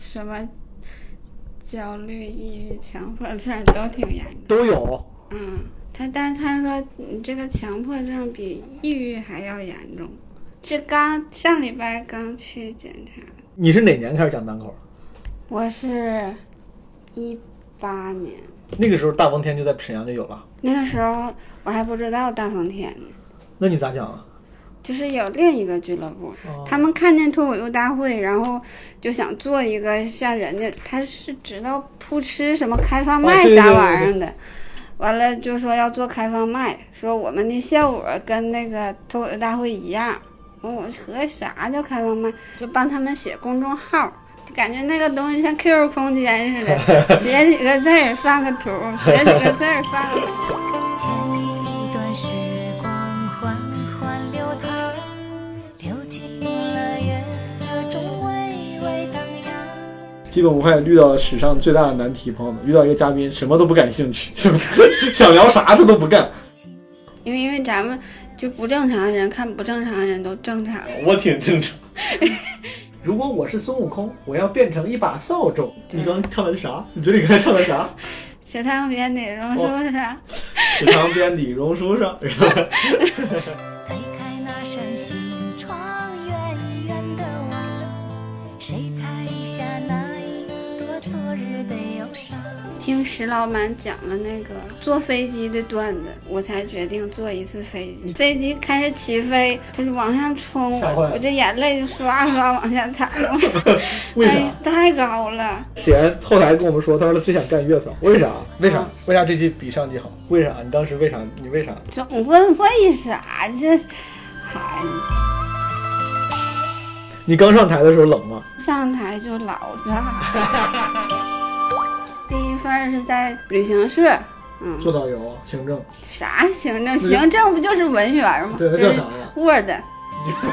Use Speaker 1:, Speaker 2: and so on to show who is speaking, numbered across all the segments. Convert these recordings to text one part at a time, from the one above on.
Speaker 1: 什么焦虑、抑郁、强迫症都挺严重。
Speaker 2: 都有。
Speaker 1: 嗯，他但是他说你这个强迫症比抑郁还要严重。这刚上礼拜刚去检查，
Speaker 2: 你是哪年开始讲单口？
Speaker 1: 我是一八年，
Speaker 2: 那个时候大风天就在沈阳就有了，
Speaker 1: 那个时候我还不知道大风天呢，
Speaker 2: 那你咋讲啊？
Speaker 1: 就是有另一个俱乐部，
Speaker 2: 哦
Speaker 1: 他们看见脱口秀大会，然后就想做一个像人家，他是知道扑哧什么开放麦
Speaker 2: 哦对
Speaker 1: 啥
Speaker 2: 对
Speaker 1: 玩意
Speaker 2: 对
Speaker 1: 儿的，完了就说要做开放麦，说我们的效果跟那个脱口秀大会一样。我我合计啥叫开放麦？就帮他们写公众号，就感觉那个东西像 QQ 空间似的， 写几个字儿放个图，写几个字儿放个图。
Speaker 3: 剪一段时光缓缓流淌，流进了月色中微微荡漾。
Speaker 4: 基本无害遇到史上最大的难题，朋友们，遇到一个嘉宾什么都不感兴趣， 什么想聊啥他都不干。
Speaker 1: 因为因为咱们就不正常的人看不正常的人都正常，
Speaker 4: 我挺正常。
Speaker 2: 如果我是孙悟空，我要变成一把扫帚。
Speaker 1: 对
Speaker 4: 刚唱的是啥？ 你觉得你刚才唱的啥？
Speaker 1: 学堂边的榕树上，
Speaker 4: 池塘边的榕树上。
Speaker 3: 推开那扇心窗，远远的望，谁采下那一朵昨日的忧伤？
Speaker 1: 听石老板讲了那个坐飞机的段子，我才决定坐一次飞机。飞机开始起飞，它就往上冲，
Speaker 2: 吓坏
Speaker 1: 我
Speaker 2: 了
Speaker 1: 我这眼泪就唰唰往下淌，
Speaker 2: 为啥
Speaker 1: 太太高了。
Speaker 2: 贤后台跟我们说，他说他最想干月嫂，为啥？为啥？为啥这季比上季好？为啥？你当时为啥？你为啥？
Speaker 1: 总问为啥这，孩子
Speaker 2: 你刚上台的时候冷吗？
Speaker 1: 上台就老大。 第一份儿是在旅行社，嗯，
Speaker 2: 做导游、行政，
Speaker 1: 啥行政？行政不就是文员吗？
Speaker 2: 对，那叫啥呀？
Speaker 1: ？Word，
Speaker 3: 萤火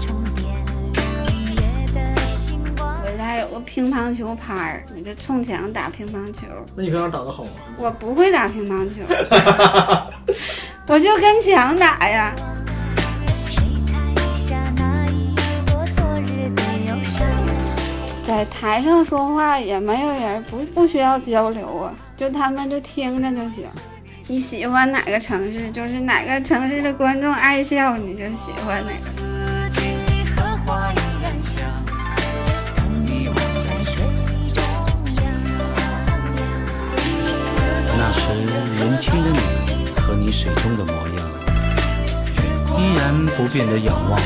Speaker 3: 虫点亮夜的星光。
Speaker 1: 我家有个乒乓球拍儿，我就冲墙打乒乓球。
Speaker 2: 那你平常打的好吗？
Speaker 1: 我不会打乒乓 球，我就跟墙打呀。
Speaker 3: 谁采下那一朵昨日的忧伤？
Speaker 1: 在台上说话也没有人不不需要交流啊，就他们就听着就行。你喜欢哪个城市，就是哪个城市的观众爱笑，你就喜欢哪个。
Speaker 3: 四季荷花依然香，等你我在水中徉徉。
Speaker 5: 那时年轻的你和你水中的模样，依然不变的仰望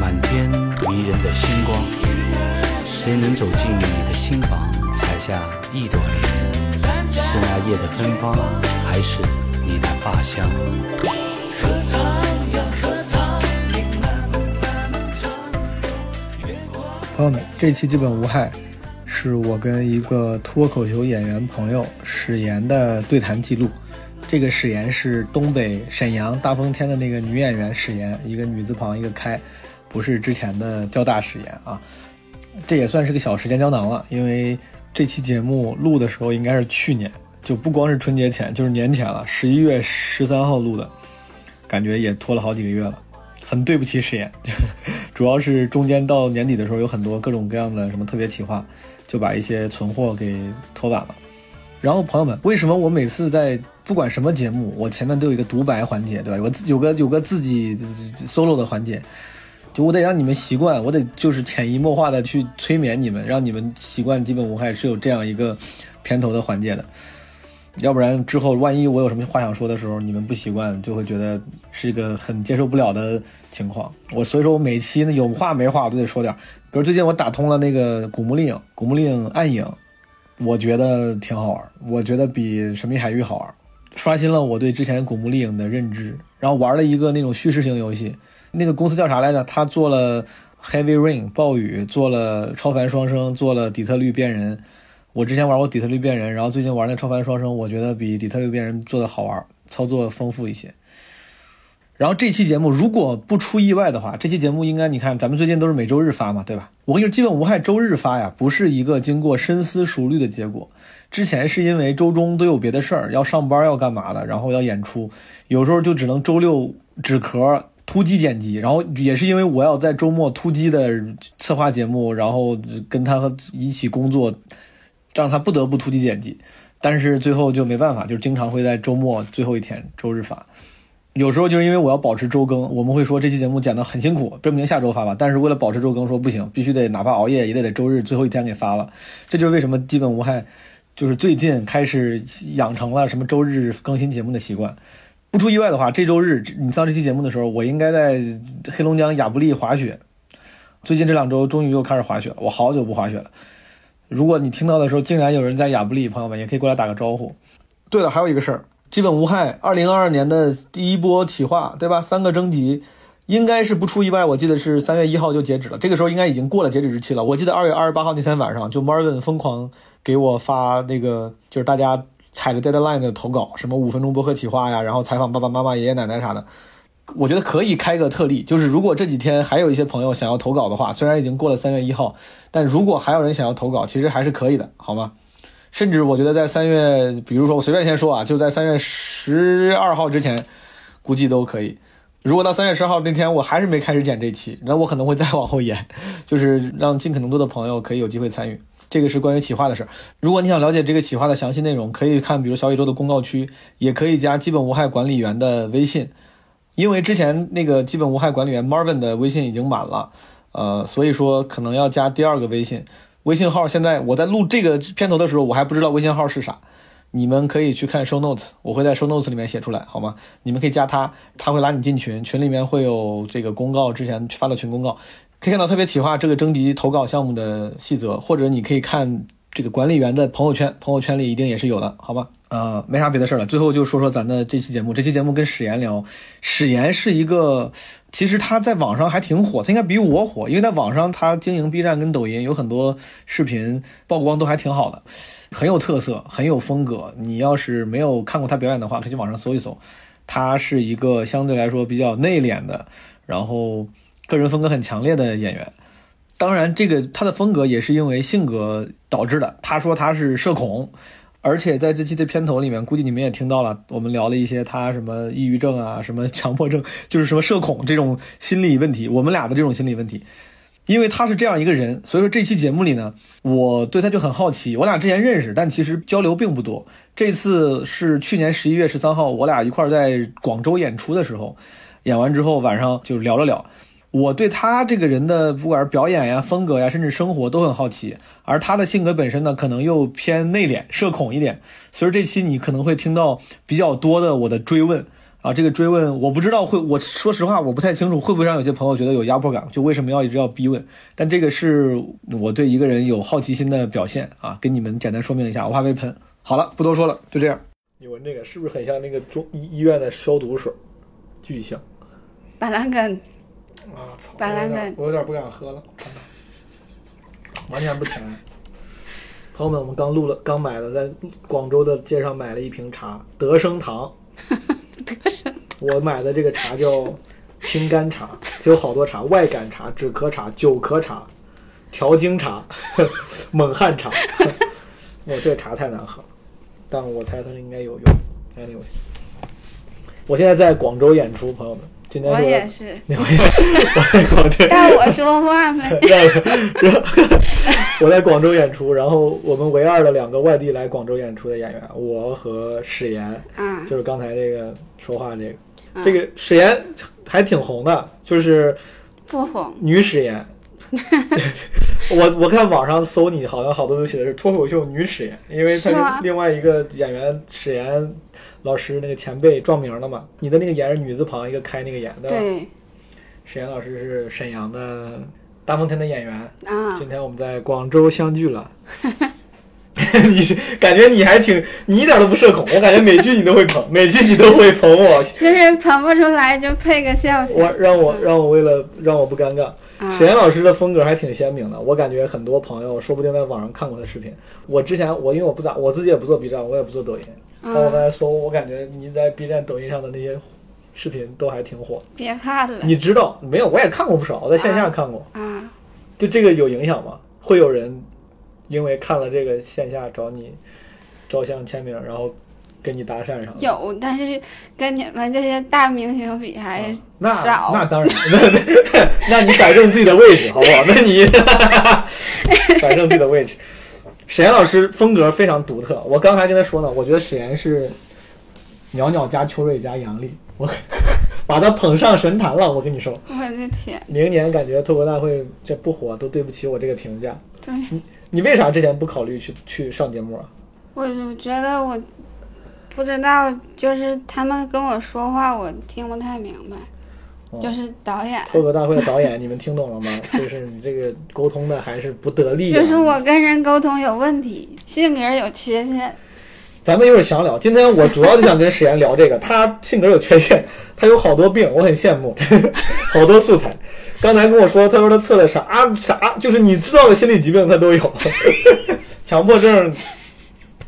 Speaker 5: 满天迷人的星光。谁能走进你的心房，采下一朵莲？是那夜的芬芳，还是你的发香？
Speaker 2: 朋友们，这期基本无害，是我跟一个脱口秀演员朋友史岩的对谈记录。这个史岩是东北沈阳大风天的那个女演员史岩，一个女字旁一个开，不是之前的交大史岩啊。这也算是个小时间胶囊了，因为这期节目录的时候应该是去年，就不光是春节前，就是年前了，十一月十三号录的，感觉也拖了好几个月了，很对不起史岩。主要是中间到年底的时候，有很多各种各样的什么特别企划，就把一些存货给拖晚了。然后朋友们，为什么我每次在不管什么节目，我前面都有一个独白环节，对吧？有个自有个有个自己 solo 的环节，就我得让你们习惯，我得就是潜移默化的去催眠你们，让你们习惯基本无害是有这样一个片头的环节的。要不然之后万一我有什么话想说的时候，你们不习惯，就会觉得是一个很接受不了的情况。我所以说我每期呢有话没话我都得说点儿。比如最近我打通了那个古墓丽影，古墓丽影暗影，我觉得挺好玩儿，我觉得比神秘海域好玩儿，刷新了我对之前古墓丽影的认知。然后玩了一个那种叙事型游戏，那个公司叫啥来着？他做了 Heavy Rain 暴雨，做了超凡双生，做了底特律变人。我之前玩过底特律变人，然后最近玩那超凡双生，我觉得比底特律变人做的好玩，操作丰富一些。然后这期节目如果不出意外的话，这期节目应该你看，咱们最近都是每周日发嘛，对吧？我跟你说，基本无害周日发呀，不是一个经过深思熟虑的结果。之前是因为周中都有别的事儿，要上班要干嘛的，然后要演出，有时候就只能周六止咳，突击剪辑，然后也是因为我要在周末突击的策划节目，然后跟他一起工作，让他不得不突击剪辑，但是最后就没办法，就是经常会在周末最后一天周日发。有时候就是因为我要保持周更，我们会说这期节目剪得很辛苦，证明下周发吧。但是为了保持周更，说不行，必须得哪怕熬夜也得在周日最后一天给发了。这就是为什么基本无害，就是最近开始养成了什么周日更新节目的习惯。不出意外的话，这周日你上这期节目的时候，我应该在黑龙江亚布力滑雪。最近这两周终于又开始滑雪了，我好久不滑雪了。如果你听到的时候竟然有人在亚布力，朋友们也可以过来打个招呼。对了，还有一个事儿，基本无害二零二二年的第一波企划，对吧？三个征集，应该是不出意外，我记得是三月一号就截止了，这个时候应该已经过了截止日期了。我记得二月二十八号那天晚上，就 Marvin 疯狂给我发那个，就是大家踩着 deadline 的投稿，什么五分钟博客企划呀，然后采访爸爸妈妈、爷爷奶奶啥的。我觉得可以开个特例，就是如果这几天还有一些朋友想要投稿的话，虽然已经过了三月一号，但如果还有人想要投稿，其实还是可以的，好吗？甚至我觉得在三月，比如说我随便先说啊，就在三月十二号之前，估计都可以。如果到三月十号那天我还是没开始剪这期，那我可能会再往后延， 就是让尽可能多的朋友可以有机会参与。这个是关于企划的事儿。如果你想了解这个企划的详细内容，可以看比如小宇宙的公告区，也可以加基本无害管理员的微信，因为之前那个基本无害管理员 Marvin 的微信已经满了，呃，所以说可能要加第二个微信。微信号现在我在录这个片头的时候，我还不知道微信号是啥，你们可以去看 show notes，我会在 show notes 里面写出来，好吗？你们可以加他，他会拉你进群，群里面会有这个公告，之前发的群公告，可以看到特别企划这个征集投稿项目的细则，或者你可以看这个管理员的朋友圈，朋友圈里一定也是有的，好吗？呃，没啥别的事儿了，最后就说说咱的这期节目，这期节目跟史岩聊，史岩是一个，其实他在网上还挺火，他应该比我火，因为在网上他经营 B 站跟抖音，有很多视频曝光都还挺好的，很有特色，很有风格。你要是没有看过他表演的话，可以去网上搜一搜，他是一个相对来说比较内敛的，然后个人风格很强烈的演员。当然，这个他的风格也是因为性格导致的。他说他是社恐，而且在这期的片头里面，估计你们也听到了，我们聊了一些他什么抑郁症啊、什么强迫症，就是什么社恐这种心理问题，我们俩的这种心理问题。因为他是这样一个人，所以说这期节目里呢，我对他就很好奇。我俩之前认识，但其实交流并不多。这次是去年十一月十三号，我俩一块儿在广州演出的时候，演完之后晚上就聊了聊。我对他这个人的不管是表演呀、风格呀，甚至生活都很好奇，而他的性格本身呢，可能又偏内敛、社恐一点，所以这期你可能会听到比较多的我的追问啊。这个追问我不知道会，我说实话我不太清楚会不会让有些朋友觉得有压迫感，就为什么要一直要逼问？但这个是我对一个人有好奇心的表现啊，跟你们简单说明一下，我怕被喷。好了，不多说了，就这样。
Speaker 6: 你闻这个是不是很像那个中医医院的消毒水？巨像
Speaker 1: 板蓝根，
Speaker 6: 啊！操
Speaker 1: 板蓝根
Speaker 6: 我有点不敢喝了，完全不甜。朋友们，我们刚录了，刚买了，在广州的街上买了一瓶茶，德生 堂。
Speaker 1: 得什么？
Speaker 6: 我买的这个茶叫清肝茶，有好多茶，外感茶、止咳茶、久咳茶、调经茶、 蒙汗茶。 我这茶太难喝了，但我猜它应该有用。Anyway，我现在在广州演出，朋友们，今天
Speaker 1: 我
Speaker 6: 是我
Speaker 1: 也是，
Speaker 6: 我在 广州，
Speaker 1: 但我说 话没
Speaker 6: 我在广州演出，然后我们唯二的两个外地来广州演出的演员，我和史岩，
Speaker 1: 啊，
Speaker 6: 就是刚才这个说话这个，
Speaker 1: 嗯
Speaker 6: 这个史岩还挺红的，就是
Speaker 1: 不哄，
Speaker 6: 女史 岩。我我看网上搜你，好像好多都写的是脱口秀女史岩，因为她
Speaker 1: 是吗
Speaker 6: 是另外一个演员史岩老师那个前辈撞名了嘛。你的那个岩是女字旁一个开那个岩，对吧？
Speaker 1: 对
Speaker 6: 史岩老师是沈阳的大风天的演员，
Speaker 1: 啊，
Speaker 6: 今天我们在广州相聚了。 你是感觉你还挺，你一点都不社恐，我感觉每句你都会捧，每句你都会捧我，
Speaker 1: 就是捧不出来就配个笑
Speaker 6: 我
Speaker 1: 声。
Speaker 6: 让我让我为了让我不尴尬，
Speaker 1: 啊
Speaker 6: 沈岩老师的风格还挺鲜明的，我感觉很多朋友说不定在网上看过他视频。我之前我因为我不咋，我自己也不做 B 站，我也不做抖音，但我刚才搜，我感觉你在 B 站、抖音上的那些视频都还挺火。
Speaker 1: 别看了
Speaker 6: 你知道没有？我也看过不少，我在线下看过。
Speaker 1: 啊，
Speaker 6: 对这个有影响吗？会有人因为看了这个线下找你照相签名，然后
Speaker 2: 跟你搭讪上？
Speaker 1: 有，但是跟你们这些大明星比还是
Speaker 2: 嗯那
Speaker 1: 少
Speaker 2: 啊那当然， 那那那你改正自己的位置好不好？那你 改正自己的位置。史岩老师风格非常独特，我刚才跟他说呢，我觉得史岩是袅袅加秋瑞加杨笠，我 把他捧上神坛了。我跟你说，
Speaker 1: 我的天，
Speaker 2: 明年感觉脱口大会这不火都对不起我这个评价。
Speaker 1: 对，
Speaker 2: 你为啥之前不考虑去去上节目啊？
Speaker 1: 我我觉得我不知道，就是他们跟我说话，我听不太明白。
Speaker 2: 哦
Speaker 1: 就是导演，
Speaker 2: 脱口大会的导演，你们听懂了吗？就是你这个沟通的还是不得力、啊。
Speaker 1: 就是我跟人沟通有问题，性格有缺陷，
Speaker 2: 咱们一会儿详聊。今天我主要就想跟史岩聊这个，他性格有缺陷，他有好多病，我很羡慕， 好多素材。刚才跟我说，他说他测的啥啊啥，就是你知道的心理疾病他都有， 强迫症、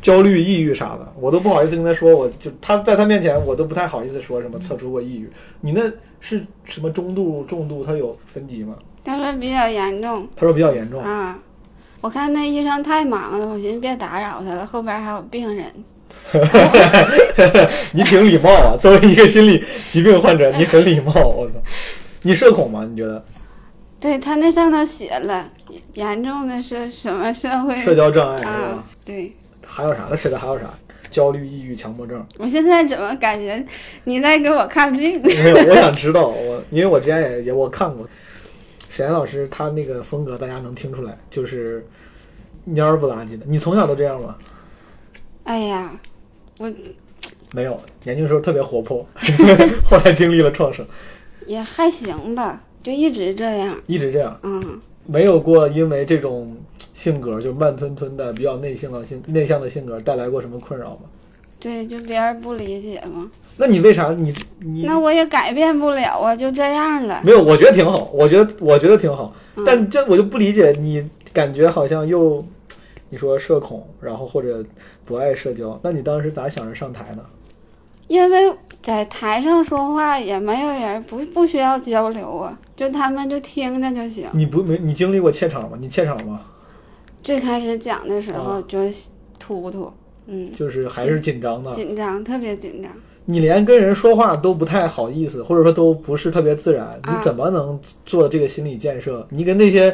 Speaker 2: 焦虑、抑郁啥的，我都不好意思跟他说。我就他在他面前，我都不太好意思说什么测出过抑郁。你那是什么中度、重度？他有分级吗？
Speaker 1: 他说比较严重
Speaker 2: 他说比较严重。
Speaker 1: 啊。我看那医生太忙了，我寻思别打扰他了，后边还有病人。
Speaker 2: 你挺礼貌啊，作为一个心理疾病患者，你很礼貌。我操，你社恐吗？你觉得
Speaker 1: 对他那上头写了，严重的是什么社会
Speaker 2: 社交障碍是吧
Speaker 1: 哎啊？？对，
Speaker 2: 还有啥？他写的还有啥？焦虑、抑郁、强迫症。
Speaker 1: 我现在怎么感觉你在给我看病？
Speaker 2: 没有，我想知道我，因为我之前也也我看过，沈岩老师他那个风格，大家能听出来，就是蔫儿不拉几的。你从小都这样吗？
Speaker 1: 哎呀，我
Speaker 2: 没有，年轻时候特别活泼， 后来经历了创伤，
Speaker 1: 也还行吧，就一直这样。
Speaker 2: 一直这样。
Speaker 1: 嗯，
Speaker 2: 没有过因为这种性格就慢吞吞的、比较内向的性内向的性格带来过什么困扰吗？
Speaker 1: 对，就别人不理解嘛，
Speaker 2: 那你为啥你你
Speaker 1: 那我也改变不了啊，就这样了。
Speaker 2: 没有？我觉得挺好，我觉得我觉得挺好，
Speaker 1: 嗯
Speaker 2: 但这我就不理解，你感觉好像又你说社恐，然后或者不爱社交，那你当时咋想着上台呢？
Speaker 1: 因为在台上说话也没有人不不需要交流啊，就他们就听着就行。
Speaker 2: 你不没你经历过怯场吗？你怯场吗？
Speaker 1: 最开始讲的时候
Speaker 2: 啊
Speaker 1: 就突突，嗯，
Speaker 2: 就是还是紧张的，
Speaker 1: 紧张，特别紧张。
Speaker 2: 你连跟人说话都不太好意思，或者说都不是特别自然，你
Speaker 1: 啊
Speaker 2: 怎么能做这个心理建设？你跟那些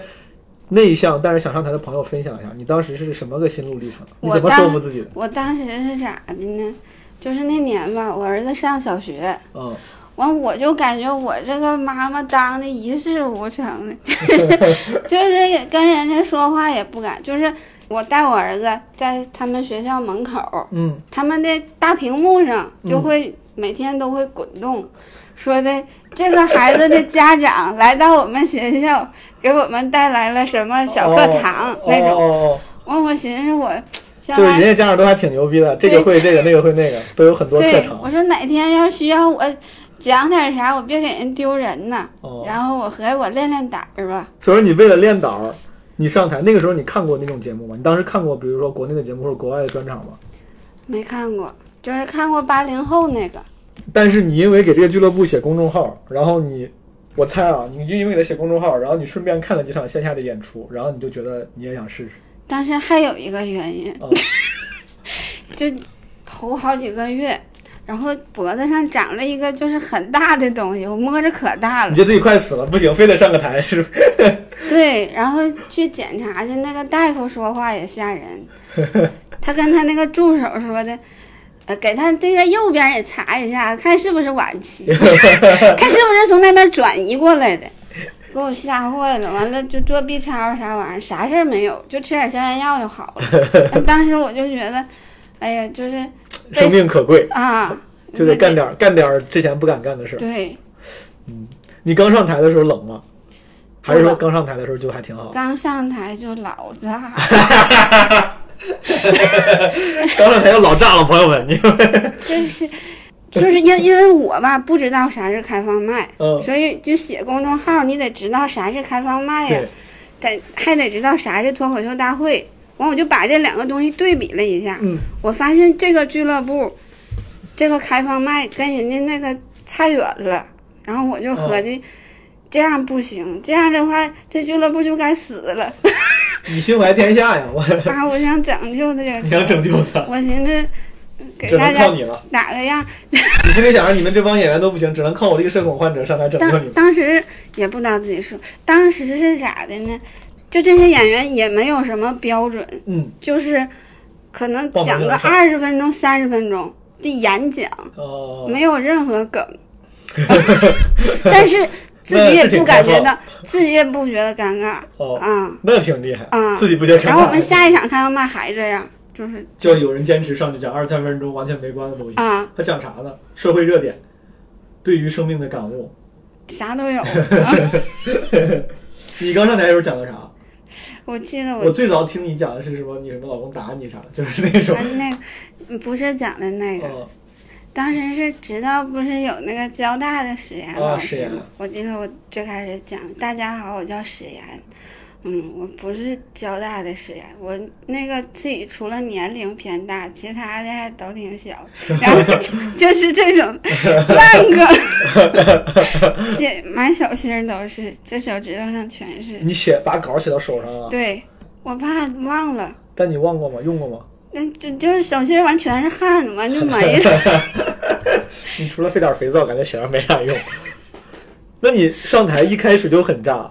Speaker 2: 内向但是想上台的朋友分享一下，你当时是什么个心路历程？你
Speaker 1: 我
Speaker 2: 怎么
Speaker 1: 当
Speaker 2: 说服自己的？
Speaker 1: 我当时是咋的呢？就是那年吧，我儿子上小学，
Speaker 2: 嗯，
Speaker 1: 完我就感觉我这个妈妈当的一事无成 的，就是就是也跟人家说话也不敢，就是我带我儿子在他们学校门口，
Speaker 2: 嗯，
Speaker 1: 他们的大屏幕上就
Speaker 2: 嗯
Speaker 1: 会每天都会滚动，说的这个孩子的家长来到我们学校，给我们带来了什么小课堂、
Speaker 2: 哦
Speaker 1: 那
Speaker 2: 哦
Speaker 1: 种。
Speaker 2: 哦
Speaker 1: 完、我寻思我
Speaker 2: 哦，
Speaker 1: 将
Speaker 2: 就是
Speaker 1: 来
Speaker 2: 人家家长都还挺牛逼的，这个会这个，那个会那个，都有很多特
Speaker 1: 对，我
Speaker 2: 长。
Speaker 1: 说哪天要需要我讲点啥，我别给人丢人呐。
Speaker 2: 哦，
Speaker 1: 然后我合计我练练胆儿吧，
Speaker 2: 所以说你为了练导儿，你上台那个时候你看过那种节目吗？你当时看过比如说国内的节目或者国外的专场吗？
Speaker 1: 没看过，就是看过八零后那个，
Speaker 2: 但是你因为给这个俱乐部写公众号，然后你，我猜啊，你就因为给他写公众号，然后你顺便看了几场线下的演出，然后你就觉得你也想试试
Speaker 1: 但是还有一个原因，
Speaker 2: 啊、
Speaker 1: 就头好几个月，然后脖子上长了一个就是很大的东西，我摸着可大
Speaker 2: 你
Speaker 1: 了。
Speaker 2: 觉得自己快死了，不行，非得上个台，是不是？
Speaker 1: 对，然后去检查去，那个大夫说话也吓 人，他跟他那个助手说的。呃，给他这个右边也查一下，看是不是晚 期，看是不是从那边转移过来的，给我吓坏了。完了就做 B 超啥玩意儿，啥事儿没有，就吃点消炎药就好了。当时我就觉得，哎呀，就是被
Speaker 2: 生命可贵，
Speaker 1: 啊，
Speaker 2: 就得干点儿干点儿之前不敢干的事儿。
Speaker 1: 对，
Speaker 2: 你刚上台的时候冷吗？还是
Speaker 1: 不
Speaker 2: 说
Speaker 1: 冷
Speaker 2: 刚上台的时候就还挺好？
Speaker 1: 刚上台就老大，
Speaker 2: 刚上台就老炸了，朋友们，你
Speaker 1: 就是就是因因为我吧不知道啥是开放麦，
Speaker 2: 嗯
Speaker 1: 所以就写公众号，你得知道啥是开放麦呀
Speaker 2: 对，
Speaker 1: 得还得知道啥是脱口秀大会。完，我就把这两个东西对比了一下，
Speaker 2: 嗯
Speaker 1: 我发现这个俱乐部，这个开放麦跟人家那个差远了，然后我
Speaker 2: 嗯
Speaker 1: 就合计。这样不行，这样的话，这俱乐部就该死了。
Speaker 2: 你心怀天下呀，我
Speaker 1: 啊，我想拯救这个
Speaker 2: 你想拯救他，
Speaker 1: 我寻思，给
Speaker 2: 只
Speaker 1: 大
Speaker 2: 能
Speaker 1: 家
Speaker 2: 靠你了。
Speaker 1: 打个样。
Speaker 2: 你心里想着你们这帮演员都不行，只能靠我这个社恐患者上台拯救你
Speaker 1: 当
Speaker 2: 们。
Speaker 1: 当时也不知道自己说，当时是咋的呢？就这些演员也没有什么标准，
Speaker 2: 嗯，
Speaker 1: 就是可能
Speaker 2: 报名
Speaker 1: 讲个
Speaker 2: 量
Speaker 1: 二十分钟、三十分钟就演讲，
Speaker 2: 哦，
Speaker 1: 没有任何 梗，但是自己也不感觉到，自己也不觉得尴尬
Speaker 2: 哦
Speaker 1: 啊。
Speaker 2: 那挺厉害，
Speaker 1: 啊
Speaker 2: 自己不觉得尴尬。
Speaker 1: 然后我们下一场开放麦还这样，就是
Speaker 2: 就有人坚持上去讲二三分钟完全没关的东西。
Speaker 1: 啊，
Speaker 2: 他讲啥呢？社会热点，对于生命的感悟。
Speaker 1: 啥都有。
Speaker 2: 你刚上台的时候讲的啥？
Speaker 1: 我记得
Speaker 2: 我最早听你讲的是什么？你什么老公打你啥的，就是那种
Speaker 1: 啊。那个不是讲的那个，
Speaker 2: 嗯，
Speaker 1: 当时是直到不是有那个交大的史岩
Speaker 2: 啊
Speaker 1: 老
Speaker 2: 史
Speaker 1: 师
Speaker 2: 岩
Speaker 1: 吗？我记得我最开始讲，大家好，我叫史岩。嗯，我不是交大的史岩，我那个自己除了年龄偏大，其他的还都挺 小，然后就就是这种半个， 写满手心儿都是，这手指头上全是。
Speaker 2: 你写把稿写到手上啊了，
Speaker 1: 对，我怕忘了，
Speaker 2: 但你忘过吗？用过吗？
Speaker 1: 那就就是手心儿完全是汗，完就没了。
Speaker 2: 你除了费点肥皂，感觉显然没啥用。那你上台一开始就很炸，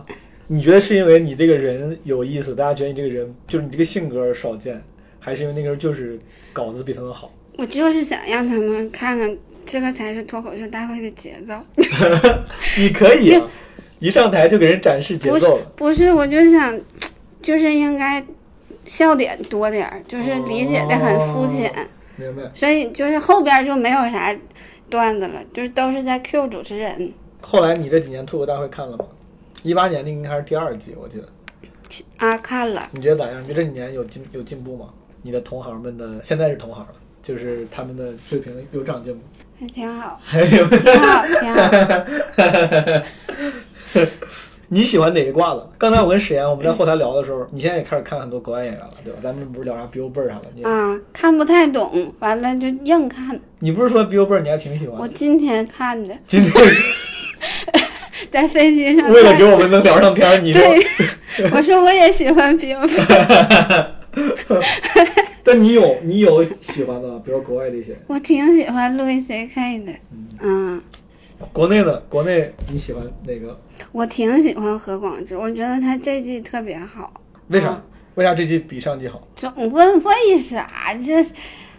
Speaker 2: 你觉得是因为你这个人有意思，大家觉得你这个人就是你这个性格少见，还是因为那个时候就是稿子比他们好？
Speaker 1: 我就是想让他们看看，这个才是脱口秀大会的节奏。
Speaker 2: 你可以啊，一上台就给人展示节
Speaker 1: 不是
Speaker 2: 奏了。
Speaker 1: 不是，我就想，就是应该笑点多点儿，就是理解的很肤浅，
Speaker 2: 明白。
Speaker 1: 所以就是后边就没有啥段子了，就是都是在 Q 主持人
Speaker 2: 后来你这几年脱口大会看了吗？一八年那个应该是第二季，我记得。
Speaker 1: 啊看了。
Speaker 2: 你觉得咋样？你觉得这几年有进有进步吗？你的同行们的现在是同行了，就是他们的水平有长进吗？
Speaker 1: 还挺好，
Speaker 2: 还有没有
Speaker 1: 挺好，挺好。
Speaker 2: 你喜欢哪个挂的？刚才我跟史岩我们在后台聊的时候，你现在也开始看很多国外演员了，对吧？咱们不是聊啥 Billboard 啥的，你、
Speaker 1: 啊，看不太懂，完了就硬看。
Speaker 2: 你不是说 Billboard 你还挺喜
Speaker 1: 我
Speaker 2: 欢？
Speaker 1: 今天看的，
Speaker 2: 今天
Speaker 1: 在飞机上看。
Speaker 2: 为了给我们能聊上天儿，你说，
Speaker 1: 对，我说我也喜欢冰冰。
Speaker 2: 但你有你有喜欢的吗？比如国外这些，
Speaker 1: 我挺喜欢 Louis C.K. 的，嗯，
Speaker 2: 国内的国内你喜欢哪个？
Speaker 1: 我挺喜欢何广智，我觉得他这季特别好。
Speaker 2: 为啥？
Speaker 1: 啊
Speaker 2: 为啥这季比上季好？
Speaker 1: 总问为啥这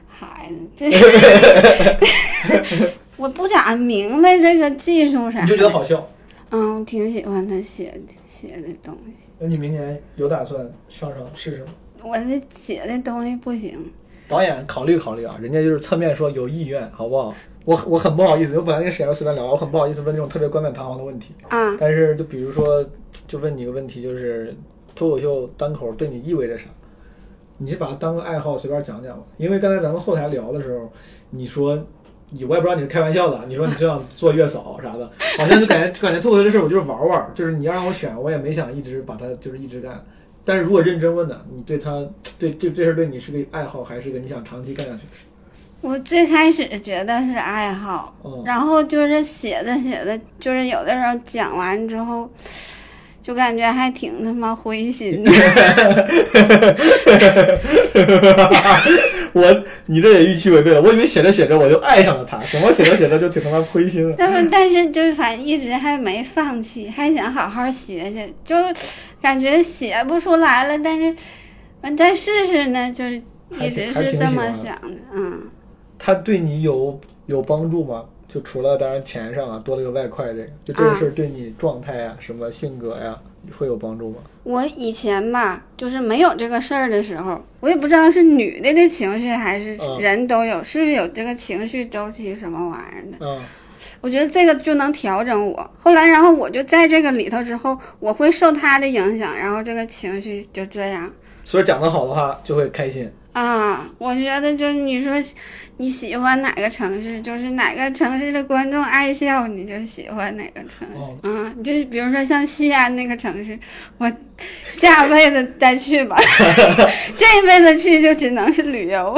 Speaker 1: 孩子这， 我不咋明白这个技术啥。
Speaker 2: 你就觉得好？笑？
Speaker 1: 嗯，我挺喜欢他写的写的东西，
Speaker 2: 那你明年有打算上上试试吗？
Speaker 1: 我这写的东西不行。
Speaker 2: 导演考虑考虑啊，人家就是侧面说有意愿，好不好？我我很不好意思，我本来跟史岩随便聊，我很不好意思问这种特别冠冕堂皇的问题。
Speaker 1: 啊，
Speaker 2: 但是就比如说，就问你个问题，就是脱口秀单口对你意味着啥？你是把它当个爱好随便讲讲吧。因为刚才咱们后台聊的时候，你说你我也不知道你是开玩笑的，你说你就想做月嫂啥 的，好像就感觉就感觉脱口秀这事儿我就是玩玩，就是你要让我选，我也没想一直把它就是一直干。但是如果认真问的，你对他对这这事儿对你是个爱好，还是个你想长期干下去？
Speaker 1: 我最开始觉得是爱好，
Speaker 2: 嗯
Speaker 1: 然后就是写着写着，就是有的时候讲完之后，就感觉还挺他妈灰 心的。
Speaker 2: 我你这也预期违背了，我以为写着写着我就爱上了他，什么写着写着就挺他妈灰心的。
Speaker 1: 但是但是就是反正一直还没放弃，还想好好写写，就感觉写不出来了，但是完再试试呢，就是一直
Speaker 2: 还挺还
Speaker 1: 是
Speaker 2: 挺
Speaker 1: 这
Speaker 2: 喜
Speaker 1: 么
Speaker 2: 欢的
Speaker 1: 想的，嗯。
Speaker 2: 他对你有有帮助吗？就除了当然钱上啊，多了个外快，这个就这个事儿对你状态啊、什么性格呀、会有帮助吗？
Speaker 1: 我以前吧，就是没有这个事儿的时候，我也不知道是女的的情绪还是
Speaker 2: 嗯
Speaker 1: 人都有，是不是有这个情绪周期什么玩意儿的？
Speaker 2: 嗯，
Speaker 1: 我觉得这个就能调整我。后来，然后我就在这个里头之后，我会受他的影响，然后这个情绪就这样
Speaker 2: 所以讲得好的话就会开心。
Speaker 1: 啊。我觉得就是你说你喜欢哪个城市，就是哪个城市的观众爱笑，你就喜欢哪个城市。
Speaker 2: 哦
Speaker 1: 啊，你就比如说像西安那个城市，我下辈子再去 吧，这一辈子去就只能是旅游。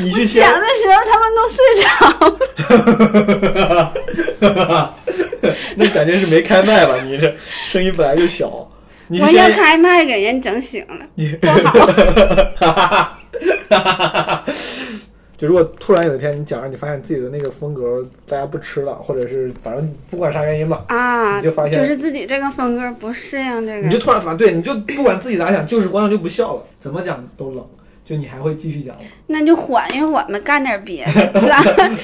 Speaker 2: 你去西
Speaker 1: 讲
Speaker 2: 安，
Speaker 1: 的时候他们都睡着了。
Speaker 2: 那感觉是没开麦吧？你这声音本来就小。你去
Speaker 1: 我
Speaker 2: 西
Speaker 1: 要
Speaker 2: 安，
Speaker 1: 开麦给人整醒了，
Speaker 2: 你
Speaker 1: 不好。
Speaker 2: 就如果突然有一天你讲着你发现自己的那个风格大家不吃了，或者是反正不管啥原因吧，
Speaker 1: 啊，
Speaker 2: 你就发现
Speaker 1: 是自己这个风格不适应这
Speaker 2: 你就
Speaker 1: 个，
Speaker 2: 突然反对，你就不管自己咋想，就是观众就不笑了，怎么讲都冷，就你还会继续讲吗？
Speaker 1: 那就缓一缓吧，干点别的，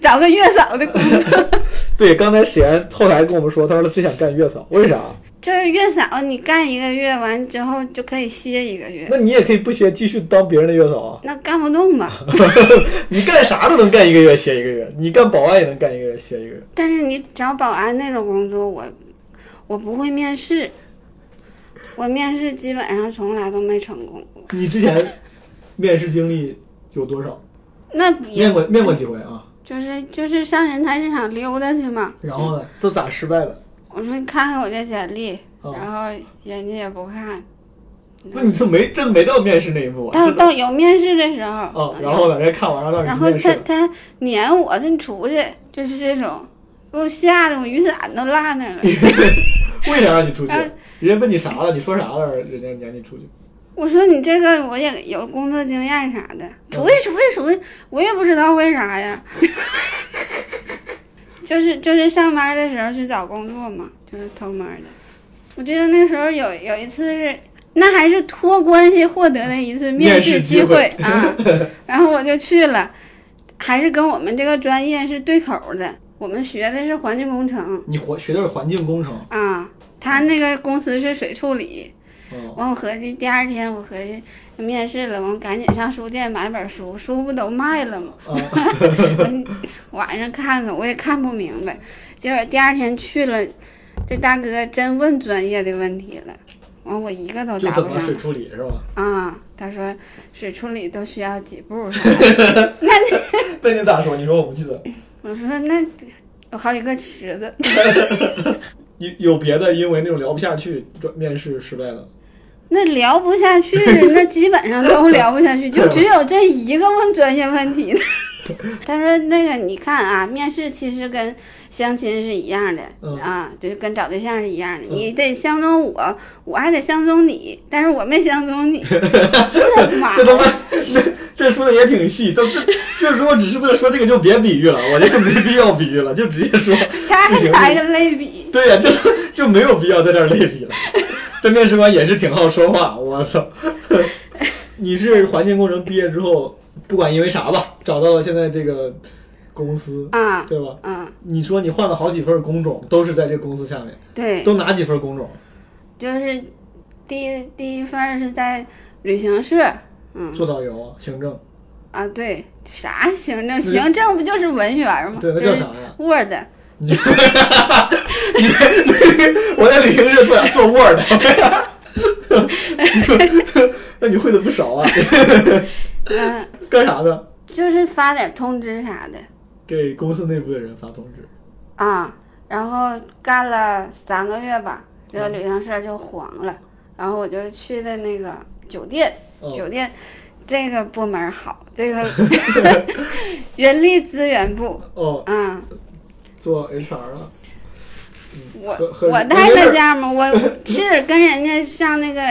Speaker 1: 找 找个月嫂的工作。
Speaker 2: 对，刚才史岩后台跟我们说，他说他最想干月嫂，为啥？
Speaker 1: 就是月嫂，你干一个月完之后就可以歇一个月，
Speaker 2: 那你也可以不歇，继续当别人的月嫂啊。
Speaker 1: 那干不动吧？
Speaker 2: 你干啥都能干一个月歇一个月，你干保安也能干一个月歇一个月。
Speaker 1: 但是你找保安那种工作，我我不会面试，我面试基本上从来都没成功过。
Speaker 2: 你之前面试经历有多少？
Speaker 1: 那不也
Speaker 2: 面过面过几回啊？
Speaker 1: 就是就是上人才市场溜达去嘛。
Speaker 2: 然后呢？都咋失败的？
Speaker 1: 我说你看看我这简历，
Speaker 2: 哦
Speaker 1: 然后人家也不看。
Speaker 2: 那你这没这没到面试那一步啊？
Speaker 1: 到
Speaker 2: 是吧
Speaker 1: 到有面试的时候，嗯
Speaker 2: 哦，然后呢？人家看完了
Speaker 1: 然
Speaker 2: 让
Speaker 1: 后
Speaker 2: 你面试
Speaker 1: 他他
Speaker 2: 了，
Speaker 1: 撵我，他你出去，就是这种，给我吓得我雨伞都落那儿了。
Speaker 2: 为啥让你出去
Speaker 1: 然？
Speaker 2: 人家问你啥了？你说啥了？人家撵你出去？
Speaker 1: 我说你这个我也有工作经验啥的，出去出去出去，我也不知道为啥呀。 就是就是上班的时候去找工作嘛，就是偷摸的。我记得那时候有有一次是，那还是托关系获得的一次面试机
Speaker 2: 面
Speaker 1: 啊，然后我就去了，还是跟我们这个专业是对口的，我们学的是环境工程
Speaker 2: 你环学的是环境工程，
Speaker 1: 啊，他那个公司是水处理，
Speaker 2: 哦，
Speaker 1: 完，我合计第二天我合计面试了，完赶紧上书店买本书，书不都卖了吗？
Speaker 2: 啊，
Speaker 1: 晚上看看，我也看不明白。结果第二天去了，这大哥真问专业的问题了，完 我一个都
Speaker 2: 就
Speaker 1: 答
Speaker 2: 怎
Speaker 1: 不
Speaker 2: 么水
Speaker 1: 上
Speaker 2: 处理是吧？
Speaker 1: 啊。他说水处理都需要几步啥的，
Speaker 2: 那你咋说？你说我不记得，
Speaker 1: 我说那有好几个池子，
Speaker 2: 有有别的因为那种聊不下去，转面试失败的。
Speaker 1: 那聊不下去的， 那基本上都聊不下去，就只有这一个问专业问 题的。他说：“那个，你看啊，面试其实跟相亲是一样的、
Speaker 2: 嗯
Speaker 1: 啊，就是跟找对象是一样的，
Speaker 2: 嗯
Speaker 1: 你得相中我，我还得相中你，但是我没相中 你。我的妈！
Speaker 2: 这他妈 这这说的也挺细，这这这如果只是为了说这个就别比喻了，我觉得就没必要比喻了，就直接说，不
Speaker 1: 太
Speaker 2: 行
Speaker 1: 来个类比，
Speaker 2: 对呀、这就没有必要在这儿类比了。这面试官也是挺好说话，我操！ 你是环境工程毕业之后，不管因为啥吧，找到了现在这个公司，
Speaker 1: 啊
Speaker 2: 对吧？
Speaker 1: 嗯，
Speaker 2: 你说你换了好几份工种，都是在这公司下面，
Speaker 1: 对，
Speaker 2: 都哪几份工种？
Speaker 1: 就是第一第一份儿是在旅行社，嗯
Speaker 2: 做导游啊、行政，
Speaker 1: 啊，对，啥行政行政不就是文员吗？
Speaker 2: 对那
Speaker 1: 就
Speaker 2: 叫
Speaker 1: 是
Speaker 2: 啥呀
Speaker 1: Word。”
Speaker 2: 你你在我在旅行社做做 Word，那你会的不少啊。
Speaker 1: 嗯，
Speaker 2: 干啥呢？
Speaker 1: 就是发点通知啥的
Speaker 2: 给公司内部的人发通知。
Speaker 1: 啊。然后干了三个月吧，这个旅行社就黄了。然后我就去的那个酒店，
Speaker 2: 哦
Speaker 1: 酒店这个部门好，这个 人力资源部。
Speaker 2: 哦，
Speaker 1: 嗯，
Speaker 2: 做 HR 啊，嗯
Speaker 1: 我
Speaker 2: 和和
Speaker 1: 我
Speaker 2: 人
Speaker 1: 待
Speaker 2: 和人
Speaker 1: 在家嘛， 我是跟人家上那个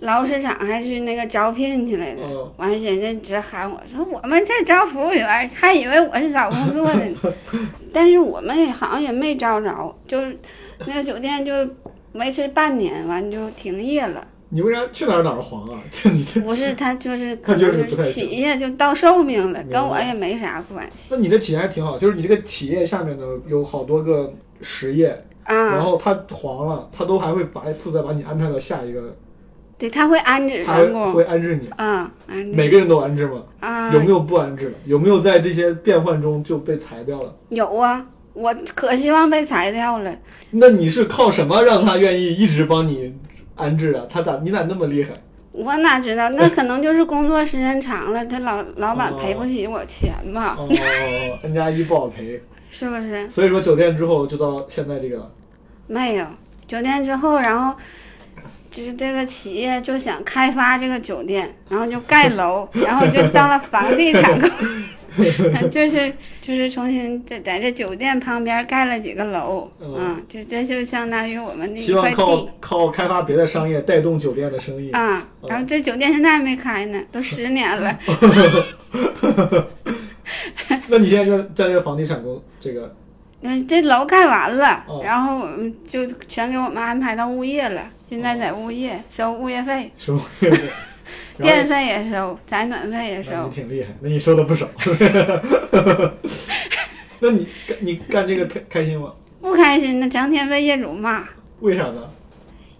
Speaker 1: 劳务市场，还去那个招聘去来的
Speaker 2: 哦。
Speaker 1: 完，人家直喊我说我们这儿招服务员，还以为我是找工作的呢。 但是我们也好像也没招着，就是那个酒店就维持半年，完就停业了。
Speaker 2: 你为啥去哪儿哪儿黄啊？ 这你这，
Speaker 1: 不是他就是
Speaker 2: 他
Speaker 1: 可
Speaker 2: 就
Speaker 1: 能
Speaker 2: 是
Speaker 1: 就
Speaker 2: 不太
Speaker 1: 是
Speaker 2: 行
Speaker 1: 企业就到寿命了，
Speaker 2: 明
Speaker 1: 跟我
Speaker 2: 白
Speaker 1: 也没啥关系
Speaker 2: 那你这体验还挺好，就是你这个企业下面的有好多个实业，然
Speaker 1: 啊。
Speaker 2: 后他黄了，他都还会把负责把你安排到下一个，
Speaker 1: 对，他会安置
Speaker 2: 他
Speaker 1: 员工
Speaker 2: 会安置你。
Speaker 1: 啊，安置
Speaker 2: 每个人都安置吗？
Speaker 1: 啊
Speaker 2: 有没有不安置的？有没有在这些变换中就被裁掉了？
Speaker 1: 有啊，我可希望被裁掉了。
Speaker 2: 那你是靠什么让他愿意一直帮你安置啊？他咋你咋那么厉害？
Speaker 1: 我哪知道？ 那可能就是工作时间长了，他老老板赔不起我钱吧，
Speaker 2: 哦，N 加一不好赔，
Speaker 1: 是不是？
Speaker 2: 所以说酒店之后就到现在这个了。
Speaker 1: 没有酒店之后，然后就是这个企业就想开发这个酒店，然后就盖 楼，然后就当了房地产公司， 就是就是重新在在这酒店旁边盖了几个楼，
Speaker 2: 嗯
Speaker 1: 嗯，就这就相当于我们那一
Speaker 2: 希
Speaker 1: 块
Speaker 2: 望靠嗯
Speaker 1: 地。啊
Speaker 2: 靠开发别的商业带动酒店的生意。
Speaker 1: 啊，然后这酒店现在还没开呢，都十年了。
Speaker 2: 那你现在在在这个房地产工这个
Speaker 1: 那嗯这楼盖完了，
Speaker 2: 哦
Speaker 1: 然后我们就全给我们安排到物业了。现
Speaker 2: 哦
Speaker 1: 在在物业收物业费，
Speaker 2: 什么月饼？
Speaker 1: 电
Speaker 2: 然后
Speaker 1: 费也收，采暖费也
Speaker 2: 那
Speaker 1: 收
Speaker 2: 你。挺厉害，那你收的不少。 那你你干这个开开心吗？
Speaker 1: 不开心的成天被业主骂，
Speaker 2: 为啥呢？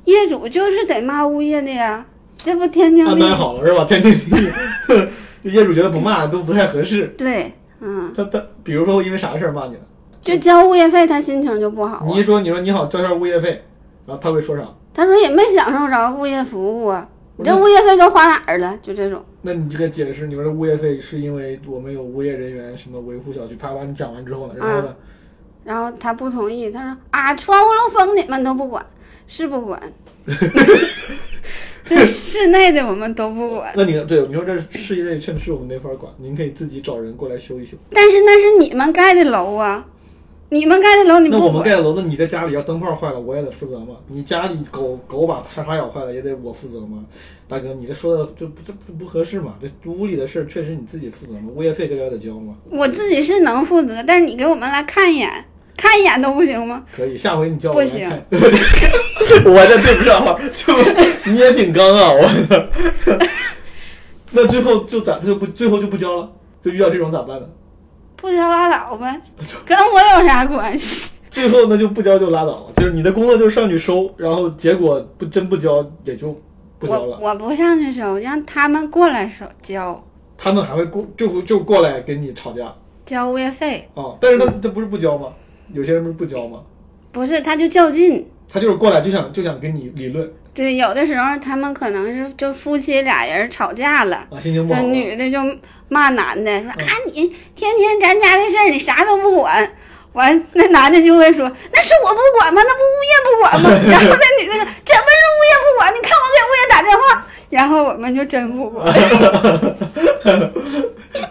Speaker 1: 业主就是得骂物业的呀。这不天经
Speaker 2: 安
Speaker 1: 地
Speaker 2: 排
Speaker 1: 义？
Speaker 2: 好了是吧？天经地义。 就业主觉得不骂都不太合适。
Speaker 1: 对，嗯，
Speaker 2: 他他比如说因为啥事儿骂你呢？
Speaker 1: 就交物业费，他心情就不好
Speaker 2: 你
Speaker 1: 啊
Speaker 2: 一。说你说你好交下物业费，然后他会说啥？
Speaker 1: 他说也没享受着物业服务啊，你这物业费都花哪儿了？就这种。
Speaker 2: 那你这个解释，你说这物业费是因为我们有物业人员什么维护小区，啪啪你讲完之后呢，然
Speaker 1: 啊
Speaker 2: 后呢，
Speaker 1: 然后他不同意，他说啊，窗户漏风你们都不管，是不 管，这室内的我们都不管，
Speaker 2: 那你对你说这事业确实我们没法管，您可以自己找人过来修一修。
Speaker 1: 但是那是你们盖的楼啊，你们盖的楼你
Speaker 2: 那我
Speaker 1: 不
Speaker 2: 们
Speaker 1: 管，
Speaker 2: 盖楼，那你在家里要灯泡坏了，我也得负责吗？你家里狗狗把叉叉咬坏了，也得我负责吗？大哥，你这说的就不这不不合适嘛？这屋里的事儿确实你自己负责吗？物业费该该得交吗？
Speaker 1: 我自己是能负责，但是你给我们来看一眼，看一眼都不行吗？
Speaker 2: 可以，下回你叫我来
Speaker 1: 不行
Speaker 2: 看， 我这对不上号，就你也挺刚啊，我的。 那最后就咋就不最后就不交了？就遇到这种咋办呢？
Speaker 1: 不交拉倒呗，跟我有啥关系？
Speaker 2: 最后那就不交就拉倒了，就是你的工作就是上去收，然后结果不真不交也就不交
Speaker 1: 我
Speaker 2: 了。
Speaker 1: 我不上去收，让他们过来收交
Speaker 2: 他们还会过就会就过来跟你吵架啊、
Speaker 1: 交物业费，
Speaker 2: 但是他
Speaker 1: 嗯
Speaker 2: 他不是不交吗？有些人不是不交吗？
Speaker 1: 不是他就较劲。
Speaker 2: 他就是过来就想就想跟你理论
Speaker 1: 对，有的时候他们可能是就夫妻俩人吵架了，
Speaker 2: 啊，心情不
Speaker 1: 这
Speaker 2: 好啊。嗯
Speaker 1: 女的就骂男的说、啊，你天天咱家的事儿你啥都不管。完，那男的就会说：“那是我不管吗？那 不物业不管吗？”然后那女的说：“怎么是物业不管？你看我给物业打电话。”然后我们就真不管。
Speaker 2: 啊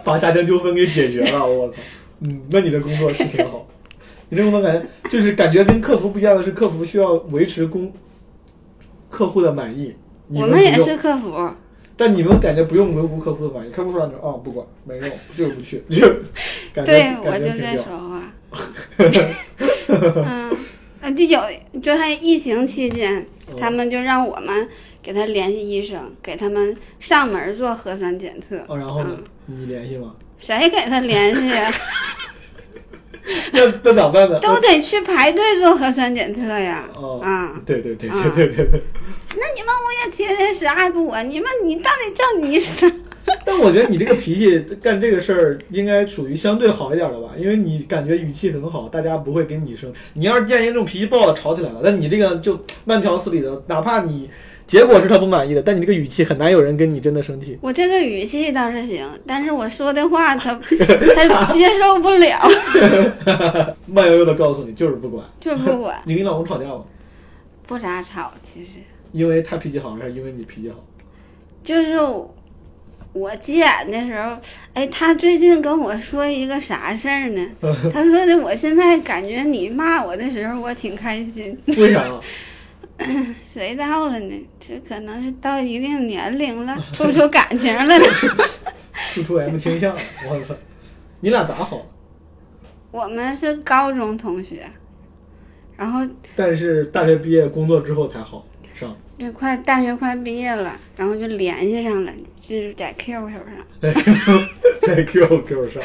Speaker 2: 把家庭纠纷给解决了， 我操！嗯，那你的工作是挺好， 你这工作感觉就是感觉跟客服不一样的是，客服需要维持公客户的满意，你
Speaker 1: 我
Speaker 2: 不
Speaker 1: 们也
Speaker 2: 用
Speaker 1: 是，客服，
Speaker 2: 但你们感觉不用维护客户的满意，客户说你啊、不管没用，就是不去，就感觉
Speaker 1: 对我
Speaker 2: 感
Speaker 1: 就
Speaker 2: 觉
Speaker 1: 这
Speaker 2: 挺
Speaker 1: 说
Speaker 2: 屌。
Speaker 1: 话。 嗯，啊，就有就还疫情期间，
Speaker 2: 嗯
Speaker 1: 他们就让我们给他联系医生，给他们上门做核酸检测。
Speaker 2: 哦，然后呢
Speaker 1: 嗯？
Speaker 2: 你联系吗？
Speaker 1: 谁给他联系呀？
Speaker 2: 那那咋办呢？
Speaker 1: 都得去排队做核酸检测呀！
Speaker 2: 哦
Speaker 1: 啊，
Speaker 2: 对对对对对对对。
Speaker 1: 那你们物业天天啥也不管，你们你到底叫你啥？
Speaker 2: 但我觉得你这个脾气干这个事儿，应该属于相对好一点的吧，因为你感觉语气很好，大家不会跟你生。你要是见一个这种脾气暴的吵起来了，那你这个就慢条斯理的，哪怕你结果是他不满意的，但你这个语气很难有人跟你真的生气。
Speaker 1: 我这个语气倒是行，但是我说的话他他接受不了，
Speaker 2: 慢悠悠的告诉你就是不管。
Speaker 1: 就是不管，
Speaker 2: 你跟你老公吵架吗？
Speaker 1: 不咋吵。其实
Speaker 2: 因为他脾气好，还是因为你脾气好？
Speaker 1: 就是我我急眼的时候，哎，他最近跟我说一个啥事儿呢？他说的，我现在感觉你骂我的时候，我挺开心。
Speaker 2: 为啥？啊
Speaker 1: 谁到了呢？这可能是到一定年龄了，处出感情来了。
Speaker 2: 突出 M 倾向了，我操！你俩咋好？
Speaker 1: 我们是高中同学，然后
Speaker 2: 但是大学毕业工作之后才好上。
Speaker 1: 这快大学快毕业了，然后就联系上了，就是在 QQ 上。
Speaker 2: 在 Q 在 QQ 上，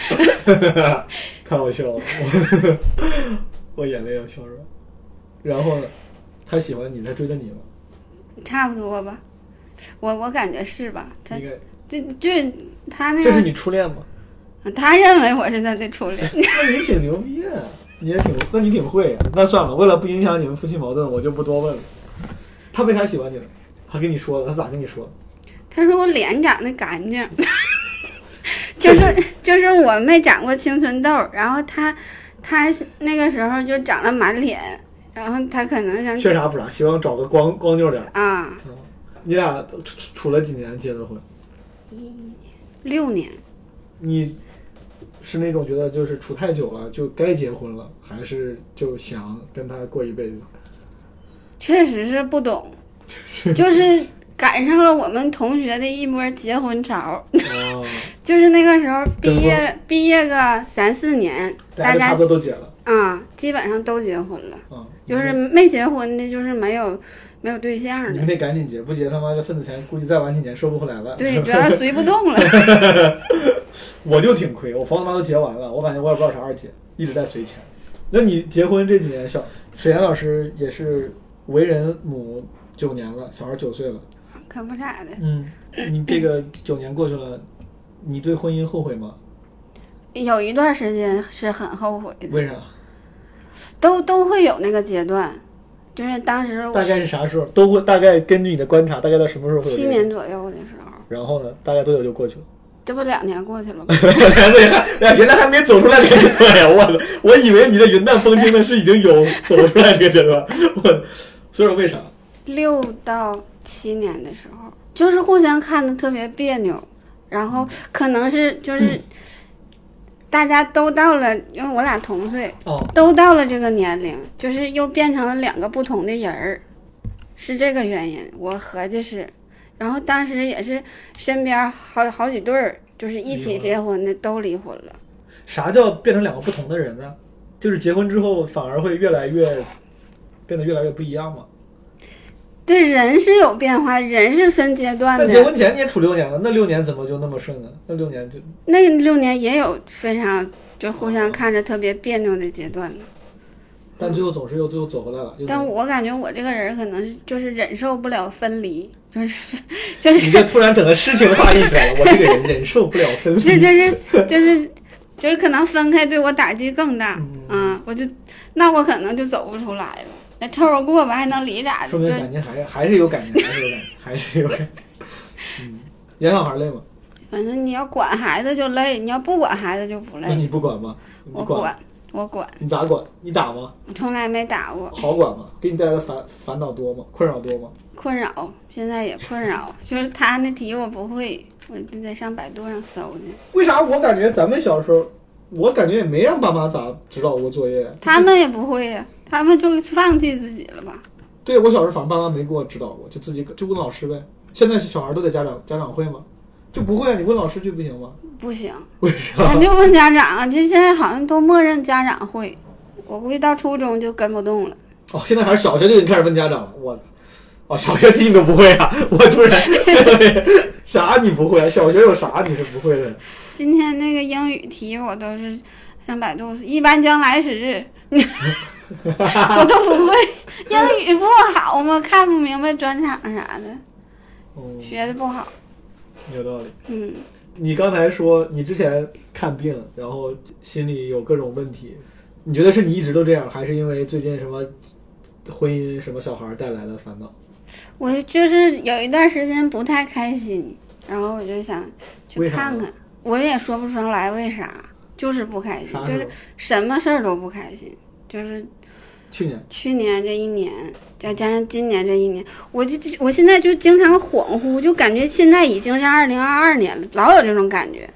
Speaker 2: 太好笑了，我 我眼泪要笑出来。然后呢，他喜欢你，他追的你吗？
Speaker 1: 差不多吧，我我感觉是吧？他啊
Speaker 2: 应该，
Speaker 1: 就就他那
Speaker 2: 这是
Speaker 1: 个，
Speaker 2: 你初恋吗？
Speaker 1: 他认为我是他的初恋。
Speaker 2: 那你挺牛逼啊，你也挺，那你挺会啊。那算了，为了不影响你们夫妻矛盾，我就不多问了。他为啥喜欢你呢？他跟你说的，他咋跟你说的？
Speaker 1: 他说我脸长得干 净， 就是就是我没长过青春痘，然后他他那个时候就长了满脸，然后他可能想
Speaker 2: 缺啥补啥，希望找个光光溜点儿。
Speaker 1: 啊
Speaker 2: 你俩处处处了几年结的婚？
Speaker 1: 六年，
Speaker 2: 你是那种觉得就是处太久了就该结婚了，还是就 想跟他过一辈子？
Speaker 1: 确实是不懂，就是赶上了我们同学的一波结婚潮，
Speaker 2: 哦，
Speaker 1: 就是那个时候毕
Speaker 2: 跟
Speaker 1: 业毕业个三四年，
Speaker 2: 大
Speaker 1: 大
Speaker 2: 家差
Speaker 1: 家
Speaker 2: 不多都结了，
Speaker 1: 啊、基本上都结婚了，
Speaker 2: 嗯，
Speaker 1: 就是没结婚的，就是没有没有对象
Speaker 2: 你
Speaker 1: 的
Speaker 2: 们，得赶紧结，不结他妈这份子钱估计再晚几年收不回来了。
Speaker 1: 对，主要是随不动 了。
Speaker 2: 我就挺亏，我朋友他妈都结完了，我感觉我也不知道啥时候结，一直在随钱。那你结婚这几年，小沈岩老师也是为人母九年了，小孩九岁了，
Speaker 1: 可不咋的，
Speaker 2: 嗯，你这个九年过去了，你对婚姻后悔吗？
Speaker 1: 有一段时间是很后悔的，
Speaker 2: 为啥？
Speaker 1: 都都会有那个阶段，就是当时我
Speaker 2: 大概是啥时候？都会大概根据你的观察，大概到什么时候会有这
Speaker 1: 七
Speaker 2: 个？
Speaker 1: 年左右的时候，
Speaker 2: 然后呢？大概多久就过去了？
Speaker 1: 这不两年过去了吗？
Speaker 2: 两个人原来还没走出来这个阶段呀！我我以为你这云淡风轻的是已经有走出来这个阶段， 我所以说为啥？
Speaker 1: 六到七年的时候，就是互相看的特别别扭，然后可能是 就是大家都到了，因为我俩同岁，
Speaker 2: 哦，
Speaker 1: 都到了这个年龄，就是又变成了两个不同的人儿，是这个原因。我合计是，然后当时也是身边好好几对儿，就是一起结婚的都离婚了。
Speaker 2: 啥叫变成两个不同的人呢？就是结婚之后反而会越来越变得越来越不一样嘛。
Speaker 1: 这人是有变化，人是分阶段
Speaker 2: 但结
Speaker 1: 的。
Speaker 2: 婚前你也处六年了，那六年怎么就那么顺呢？那六年就
Speaker 1: 那六年也有非常就互相看着特别别扭的阶段呢。
Speaker 2: 但最后总是又最后走回来了。又
Speaker 1: 但
Speaker 2: 能
Speaker 1: 我感觉我这个人可能是就是忍受不了分离，就是 就
Speaker 2: 你
Speaker 1: 是
Speaker 2: 这突然整个诗情画意起来了，我这个人忍受不了 分
Speaker 1: 这
Speaker 2: 离。
Speaker 1: 就是就是就是可能分开对我打击更大，嗯，我就那我可能就走不出来了。那凑合过吧，还能离咋
Speaker 2: 说
Speaker 1: 的？
Speaker 2: 明
Speaker 1: 就
Speaker 2: 感情还还是有感情，还是有感情，还是有感情。嗯，养小孩累吗？
Speaker 1: 反正你要管孩子就累，你要不管孩子就不
Speaker 2: 那
Speaker 1: 累。
Speaker 2: 你不管吗？你
Speaker 1: 哎我
Speaker 2: 管吗，
Speaker 1: 管，我管，
Speaker 2: 你咋管？你打吗？
Speaker 1: 我从来没打过，
Speaker 2: 好管吗？给你带来的烦烦恼多吗？困扰多吗？
Speaker 1: 困扰，现在也困扰。就是他那题我不会，我就得上百度上搜去。
Speaker 2: 为啥我感觉咱们小时候，我感觉也没让爸妈咋指导过作业？
Speaker 1: 他们也不会呀，他们就放弃自己了吧？
Speaker 2: 对我小时候，反正爸妈没给我指导过，就自己就问老师呗。现在小孩都得家长家长会吗？就不会啊，你问老师去不行吗？
Speaker 1: 不行，
Speaker 2: 为啥？
Speaker 1: 咱就问家长啊，就现在好像都默认家长会，我估计到初中就跟不动了。
Speaker 2: 哦，现在还是小学就已经开始问家长了，我，哦，小学题你都不会啊？我突然， 啥你不会啊？小学有啥你是不会的？
Speaker 1: 今天那个英语题我都是上百度，一般将来时，我都不会。英语不好嘛，看不明白专场啥的，
Speaker 2: 嗯，
Speaker 1: 学的不好。
Speaker 2: 有道理。
Speaker 1: 嗯，
Speaker 2: 你刚才说你之前看病，然后心里有各种问题，你觉得是你一直都这样，还是因为最近什么婚姻、什么小孩带来的烦恼？
Speaker 1: 我就是有一段时间不太开心，然后我就想去
Speaker 2: 为啥
Speaker 1: 看
Speaker 2: 呢
Speaker 1: 看，我也说不上来为啥，就是不开心，
Speaker 2: 啥
Speaker 1: 就
Speaker 2: 时
Speaker 1: 是
Speaker 2: 候？
Speaker 1: 什么事儿都不开心，就是
Speaker 2: 去年。
Speaker 1: 去年这一年，再加上今年这一年，我就我现在就经常恍惚，就感觉现在已经是二零二二年了，老有这种感觉，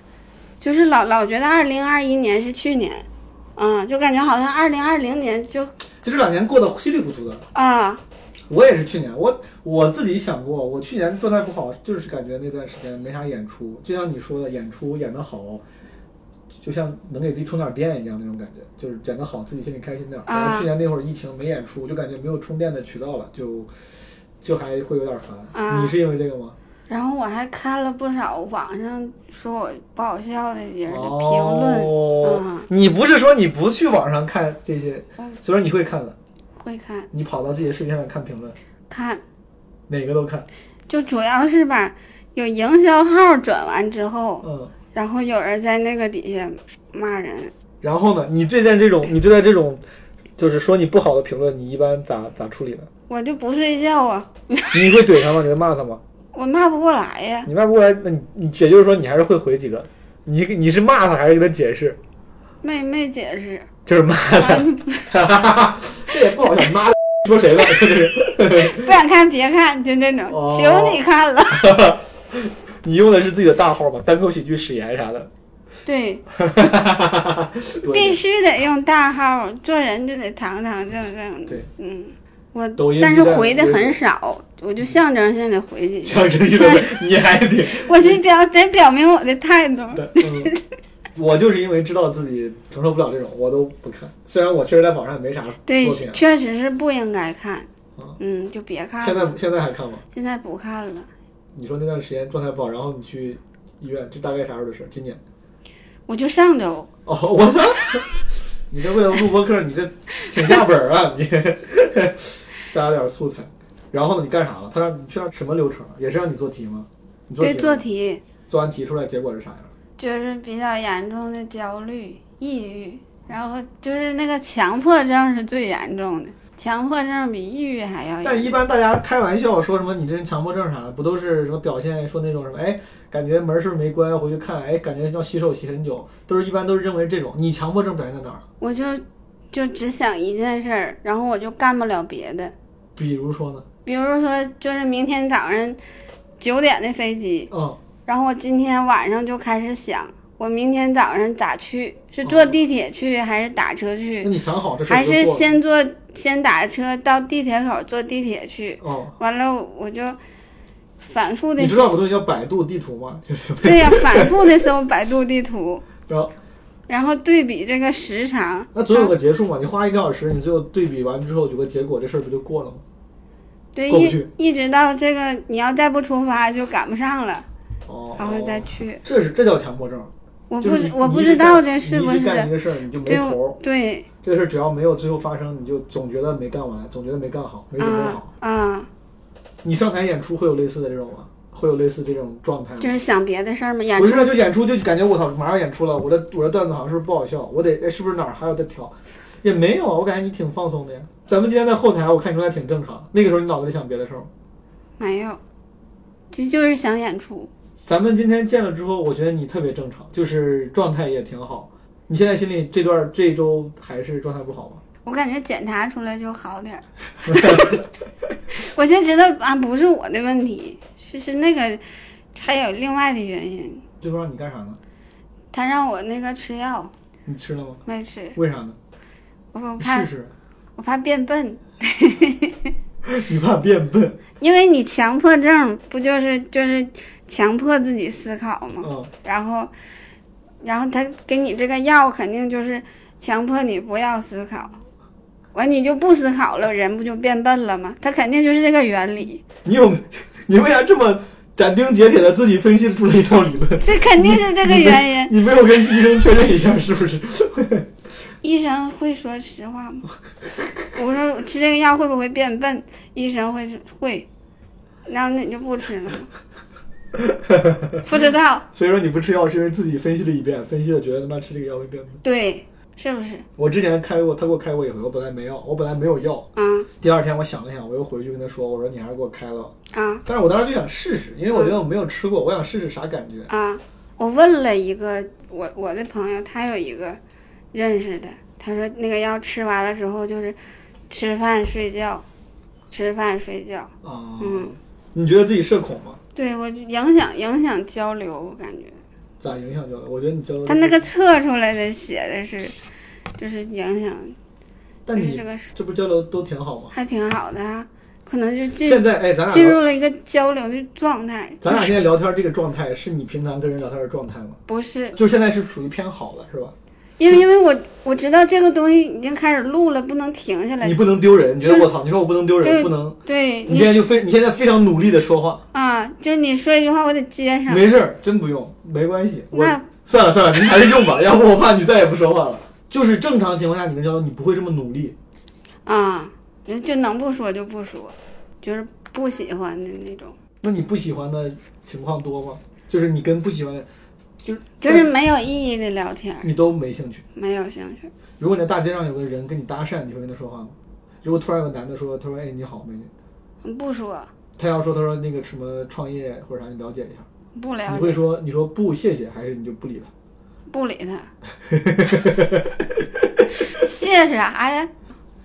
Speaker 1: 就是老老觉得二零二一年是去年，嗯，就感觉好像二零二零年就
Speaker 2: 就这两年过得稀里糊涂的，
Speaker 1: 啊，
Speaker 2: 我也是去年，我我自己想过，我去年状态不好，就是感觉那段时间没啥演出，就像你说的，演出演得好，就像能给自己充点电一样那种感觉，就是演得好，自己心里开心
Speaker 1: 啊
Speaker 2: 点儿。然后去年那会儿疫情没演出，就感觉没有充电的渠道了，就就还会有点烦。
Speaker 1: 啊
Speaker 2: 你是因为这个吗？
Speaker 1: 然后我还看了不少网上说我不好笑的人的评论，
Speaker 2: 哦
Speaker 1: 嗯，
Speaker 2: 你不是说你不去网上看这些
Speaker 1: 嗯，
Speaker 2: 所以说你会看的，
Speaker 1: 会看
Speaker 2: 你跑到这些视频上看评论，
Speaker 1: 看，
Speaker 2: 哪个都看。
Speaker 1: 就主要是吧，有营销号转完之后，
Speaker 2: 嗯，
Speaker 1: 然后有人在那个底下骂人，
Speaker 2: 然后呢，你对待这种，你对待这种，就是说你不好的评论，你一般咋咋处理呢？
Speaker 1: 我就不睡觉啊。
Speaker 2: 你会怼他吗？你会骂他吗？
Speaker 1: 我骂不过来呀，
Speaker 2: 你骂不过来，那你你也就是说你还是会回几个，你你是骂他还是给他解释？
Speaker 1: 没没解 释，
Speaker 2: 就是骂
Speaker 1: 然后就不
Speaker 2: 他，这也不好想骂说谁了？
Speaker 1: 不想看别看，就那种，
Speaker 2: 哦
Speaker 1: 求你看 了。
Speaker 2: 你用的是自己的大号吗？单口喜剧史岩啥的，
Speaker 1: 对，必须得用大号，做人就得堂堂正正的。
Speaker 2: 对
Speaker 1: 嗯，我
Speaker 2: 抖音
Speaker 1: 但是
Speaker 2: 一代
Speaker 1: 回的
Speaker 2: 也有
Speaker 1: 很少，我就象征性的回几句，
Speaker 2: 象征意的，你还挺
Speaker 1: 我就表得表明我的态度。
Speaker 2: 对， 嗯，我就是因为知道自己承受不了这种，我都不看。虽然我确实在网上也没啥作品
Speaker 1: 对，
Speaker 2: 啊，
Speaker 1: 确实是不应该看
Speaker 2: 嗯，
Speaker 1: 嗯，就别看
Speaker 2: 现在
Speaker 1: 了。
Speaker 2: 现在还看吗？
Speaker 1: 现在不看了，
Speaker 2: 你说那段时间状态不好，然后你去医院，这大概啥时候的事？今年？
Speaker 1: 我就上周
Speaker 2: 哦，我操！你这为了录播客，你这挺下本儿啊！你加点素材。然后呢，你干啥了？他让你去那什么流程啊？也是让你做题吗？你做
Speaker 1: 对
Speaker 2: 题吗
Speaker 1: 做题
Speaker 2: 做完题出来结果是啥样？
Speaker 1: 就是比较严重的焦虑、抑郁，然后就是那个强迫症是最严重的，强迫症比抑郁还要
Speaker 2: 但
Speaker 1: 严
Speaker 2: 一般大家开玩笑说什么你这人强迫症啥的，不都是什么表现说那种什么哎，感觉门儿是不是没关，回去看哎，感觉要洗手洗很久，都是一般都是认为这种。你强迫症表现在哪儿？
Speaker 1: 我就就只想一件事儿，然后我就干不了别的。
Speaker 2: 比如说呢？
Speaker 1: 比如说，就是明天早上九点的飞机，
Speaker 2: 嗯，
Speaker 1: 然后我今天晚上就开始想，我明天早上咋去？是坐地铁去还是打车去
Speaker 2: 那？你想好这事儿
Speaker 1: 还
Speaker 2: 就是过了
Speaker 1: 先坐先打车到地铁口坐地铁去？
Speaker 2: 哦，
Speaker 1: 完了我就反复的
Speaker 2: 你知道有个东西叫百度地图吗？ 就是
Speaker 1: 对呀、反复的搜百度地图，
Speaker 2: 然后
Speaker 1: 然后对比这个时长。啊
Speaker 2: 那总有个结束嘛，你花一个小时，你最后对比完之后有个结果，这事儿不就过了吗？
Speaker 1: 对，
Speaker 2: 过不
Speaker 1: 一
Speaker 2: 去
Speaker 1: 一直到这个你要再不出发就赶不上了，
Speaker 2: 哦，
Speaker 1: 然后再去。
Speaker 2: 这是这叫强迫症，
Speaker 1: 我
Speaker 2: 就
Speaker 1: 不
Speaker 2: 是
Speaker 1: 知
Speaker 2: 你
Speaker 1: 我
Speaker 2: 你
Speaker 1: 不
Speaker 2: 一
Speaker 1: 知
Speaker 2: 直
Speaker 1: 道
Speaker 2: 干
Speaker 1: 这是
Speaker 2: 你
Speaker 1: 不
Speaker 2: 一直干一
Speaker 1: 是
Speaker 2: 个事儿你就没
Speaker 1: 对
Speaker 2: 头儿
Speaker 1: 我，对
Speaker 2: 这事儿只要没有最后发生，你就总觉得没干完，总觉得没干好，没准备好
Speaker 1: 啊。啊，
Speaker 2: 你上台演出会有类似的这种吗？会有类似这种状态吗？
Speaker 1: 就是想别的事儿嘛，演
Speaker 2: 不
Speaker 1: 出
Speaker 2: 是，就演出就感觉我操，马上演出了，我的我的段子好像是不是不好笑？我得哎是不是哪儿还要再调？也没有，啊我感觉你挺放松的呀。咱们今天在后台，我看你出来挺正常。那个时候你脑子里想别的事儿吗？
Speaker 1: 没有，这就是想演出。
Speaker 2: 咱们今天见了之后，我觉得你特别正常，就是状态也挺好。你现在心里这段这一周还是状态不好吗？
Speaker 1: 我感觉检查出来就好点儿，我就觉得啊，不是我的问题，是是那个，还有另外的原因，
Speaker 2: 对方让你干啥呢？
Speaker 1: 他让我那个吃药
Speaker 2: 你吃了吗？
Speaker 1: 没吃，
Speaker 2: 为啥呢？
Speaker 1: 我我
Speaker 2: 你
Speaker 1: 怕
Speaker 2: 试试，
Speaker 1: 我怕变笨，
Speaker 2: 你怕变笨。
Speaker 1: 因为你强迫症不就是就是强迫自己思考吗？
Speaker 2: 嗯，
Speaker 1: 然后，然后他给你这个药，肯定就是强迫你不要思考，完你就不思考了，人不就变笨了吗？他肯定就是这个原理，
Speaker 2: 你有 你为啥这么斩钉截铁的自己分析出了一套理论？
Speaker 1: 这肯定是这个原因。
Speaker 2: 你没有跟医生确认一下是不是？
Speaker 1: 医生会说实话吗？我说我吃这个药会不会变笨？医生会说会，然后你就不吃了吗？不知道，
Speaker 2: 所以说你不吃药是因为自己分析了一遍，分析的觉得他妈吃这个药会变笨。
Speaker 1: 对，是不是？
Speaker 2: 我之前开过，他给我开过一回，我本来没药，我本来没有药。
Speaker 1: 啊
Speaker 2: 第二天我想了想，我又回去跟他说，我说你还是给我开了吧。
Speaker 1: 啊
Speaker 2: 但是我当时就想试试，因为我觉得我没有吃过，我想试试啥感觉。
Speaker 1: 啊！我问了一个我我的朋友，他有一个认识的，他说那个药吃完了之后就是吃饭睡觉，吃饭睡觉，
Speaker 2: 啊，
Speaker 1: 嗯，
Speaker 2: 你觉得自己社恐吗？
Speaker 1: 对我就影响影响交流，我感觉。
Speaker 2: 咋影响交流？我觉得你交流，
Speaker 1: 他那个，测出来的写的是，就是影响，
Speaker 2: 但
Speaker 1: 就是
Speaker 2: 你
Speaker 1: 这个
Speaker 2: 这不交流都挺好吗？
Speaker 1: 还挺好的、啊，可能就进
Speaker 2: 现在哎，咱俩
Speaker 1: 进
Speaker 2: 聊
Speaker 1: 入了一个交流的状态。
Speaker 2: 咱俩现在聊天这个状态，是你平常跟人聊天的状态吗？
Speaker 1: 不是，
Speaker 2: 就是现在是属于偏好的，是吧？
Speaker 1: 因为因为我我知道这个东西已经开始录了，不能停下来
Speaker 2: 你。不能丢人，你觉
Speaker 1: 就
Speaker 2: 得
Speaker 1: 是
Speaker 2: 我操，你说我不能丢人，
Speaker 1: 对
Speaker 2: 不能。
Speaker 1: 对
Speaker 2: 你现在就非你现在非常努力的说话，
Speaker 1: 啊，就是你说一句话，我得接上。
Speaker 2: 没事儿，真不用，没关系。我
Speaker 1: 那
Speaker 2: 算了算了，您还是 用吧，要不我怕你再也不说话了。就是正常情况下，你跟交流你不会这么努力，
Speaker 1: 啊，人就能不说就不说，就是不喜欢的那种，
Speaker 2: 那你不喜欢的情况多吗？就是你跟不喜欢的，就是
Speaker 1: 就是没有意义的聊天，
Speaker 2: 你都没兴趣。
Speaker 1: 没有兴趣。
Speaker 2: 如果你在大街上有个人跟你搭讪，你会跟他说话吗？如果突然有个男的说，他说：“哎，你好，美女。
Speaker 1: 不说，”
Speaker 2: 他要说，他说那个什么创业或者啥，你了解一下。
Speaker 1: 不
Speaker 2: 你
Speaker 1: 哎了
Speaker 2: 会
Speaker 1: 解，
Speaker 2: 说你说不谢谢，还是你就不理他？
Speaker 1: 不理 他。谢啥呀？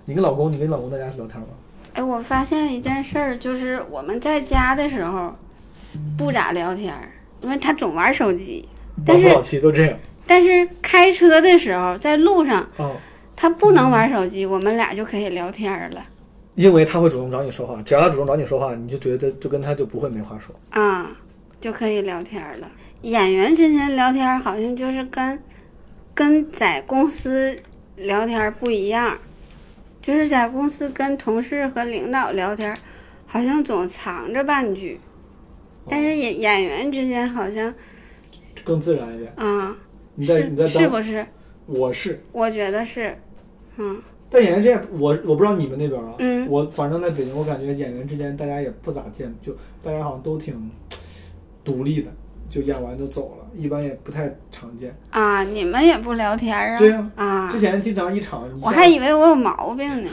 Speaker 2: 你跟老公，你跟老公在家聊天吗？
Speaker 1: 哎，我发现一件事儿，就是我们在家的时候不咋聊天儿，因为他总玩手机。但是
Speaker 2: 老夫老妻都这样
Speaker 1: 但是开车的时候，在路上
Speaker 2: 哦，
Speaker 1: 他不能玩手机，我们俩就可以聊天儿了。
Speaker 2: 因为他会主动找你说话，只要他主动找你说话，你就觉得就跟他就不会没话说。
Speaker 1: 啊，就可以聊天了。演员之间聊天好像就是跟跟在公司聊天不一样，就是在公司跟同事和领导聊天，好像总藏着半句，
Speaker 2: 哦
Speaker 1: 但是演演员之间好像
Speaker 2: 更自然一点。
Speaker 1: 啊，
Speaker 2: 你在你在
Speaker 1: 是是
Speaker 2: 当
Speaker 1: 不是？
Speaker 2: 我是，
Speaker 1: 我觉得是，嗯，
Speaker 2: 但演员之间，我我不知道你们那边啊，
Speaker 1: 嗯
Speaker 2: 我反正在北京，我感觉演员之间大家也不咋见，就大家好像都挺独立的，就演完就走了，一般也不太常见。
Speaker 1: 啊，你们也不聊天啊？
Speaker 2: 对呀
Speaker 1: 啊
Speaker 2: 之，前经常一场，一下
Speaker 1: 我还以为我有毛病呢。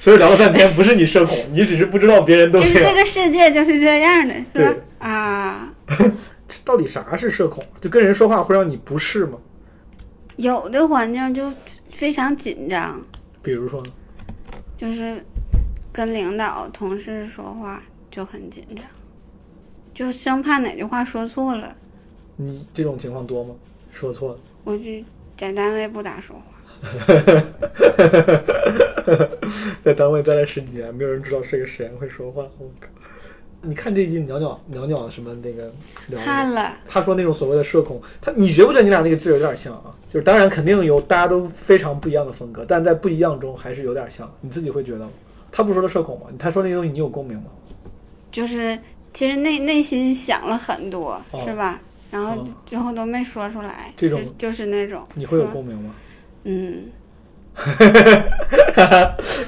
Speaker 2: 所以聊了半天，不是你社恐，你只是不知道别 人都
Speaker 1: 就是
Speaker 2: 这
Speaker 1: 这
Speaker 2: 样。
Speaker 1: 个世界就是这样的，是吧
Speaker 2: 对？
Speaker 1: 啊，
Speaker 2: 到底啥是社恐？就跟人说话会让你不适吗？
Speaker 1: 有的环境就非常紧张，
Speaker 2: 比如说呢？
Speaker 1: 就是跟领导、同事说话就很紧张，就生怕哪句话说错了，
Speaker 2: 你这种情况多吗？说错了。
Speaker 1: 我就在单位不咋说话。
Speaker 2: 在单位待了十几年，没有人知道这个实验会说话。我靠！你看这一集鸟鸟鸟鸟什么那个聊的
Speaker 1: 看了，
Speaker 2: 他说那种所谓的社恐，他你觉不觉得你俩那个劲儿有点像啊？就是当然肯定有，大家都非常不一样的风格，但在不一样中还是有点像。你自己会觉得吗？他不说的社恐吗？他说那些东西你有共鸣吗？
Speaker 1: 就是其实内内心想了很多，
Speaker 2: 哦
Speaker 1: 是吧？然后
Speaker 2: 嗯
Speaker 1: 最后都没说出来，
Speaker 2: 这种
Speaker 1: 就就是那种
Speaker 2: 你会有
Speaker 1: 是吧
Speaker 2: 共鸣吗？
Speaker 1: 嗯，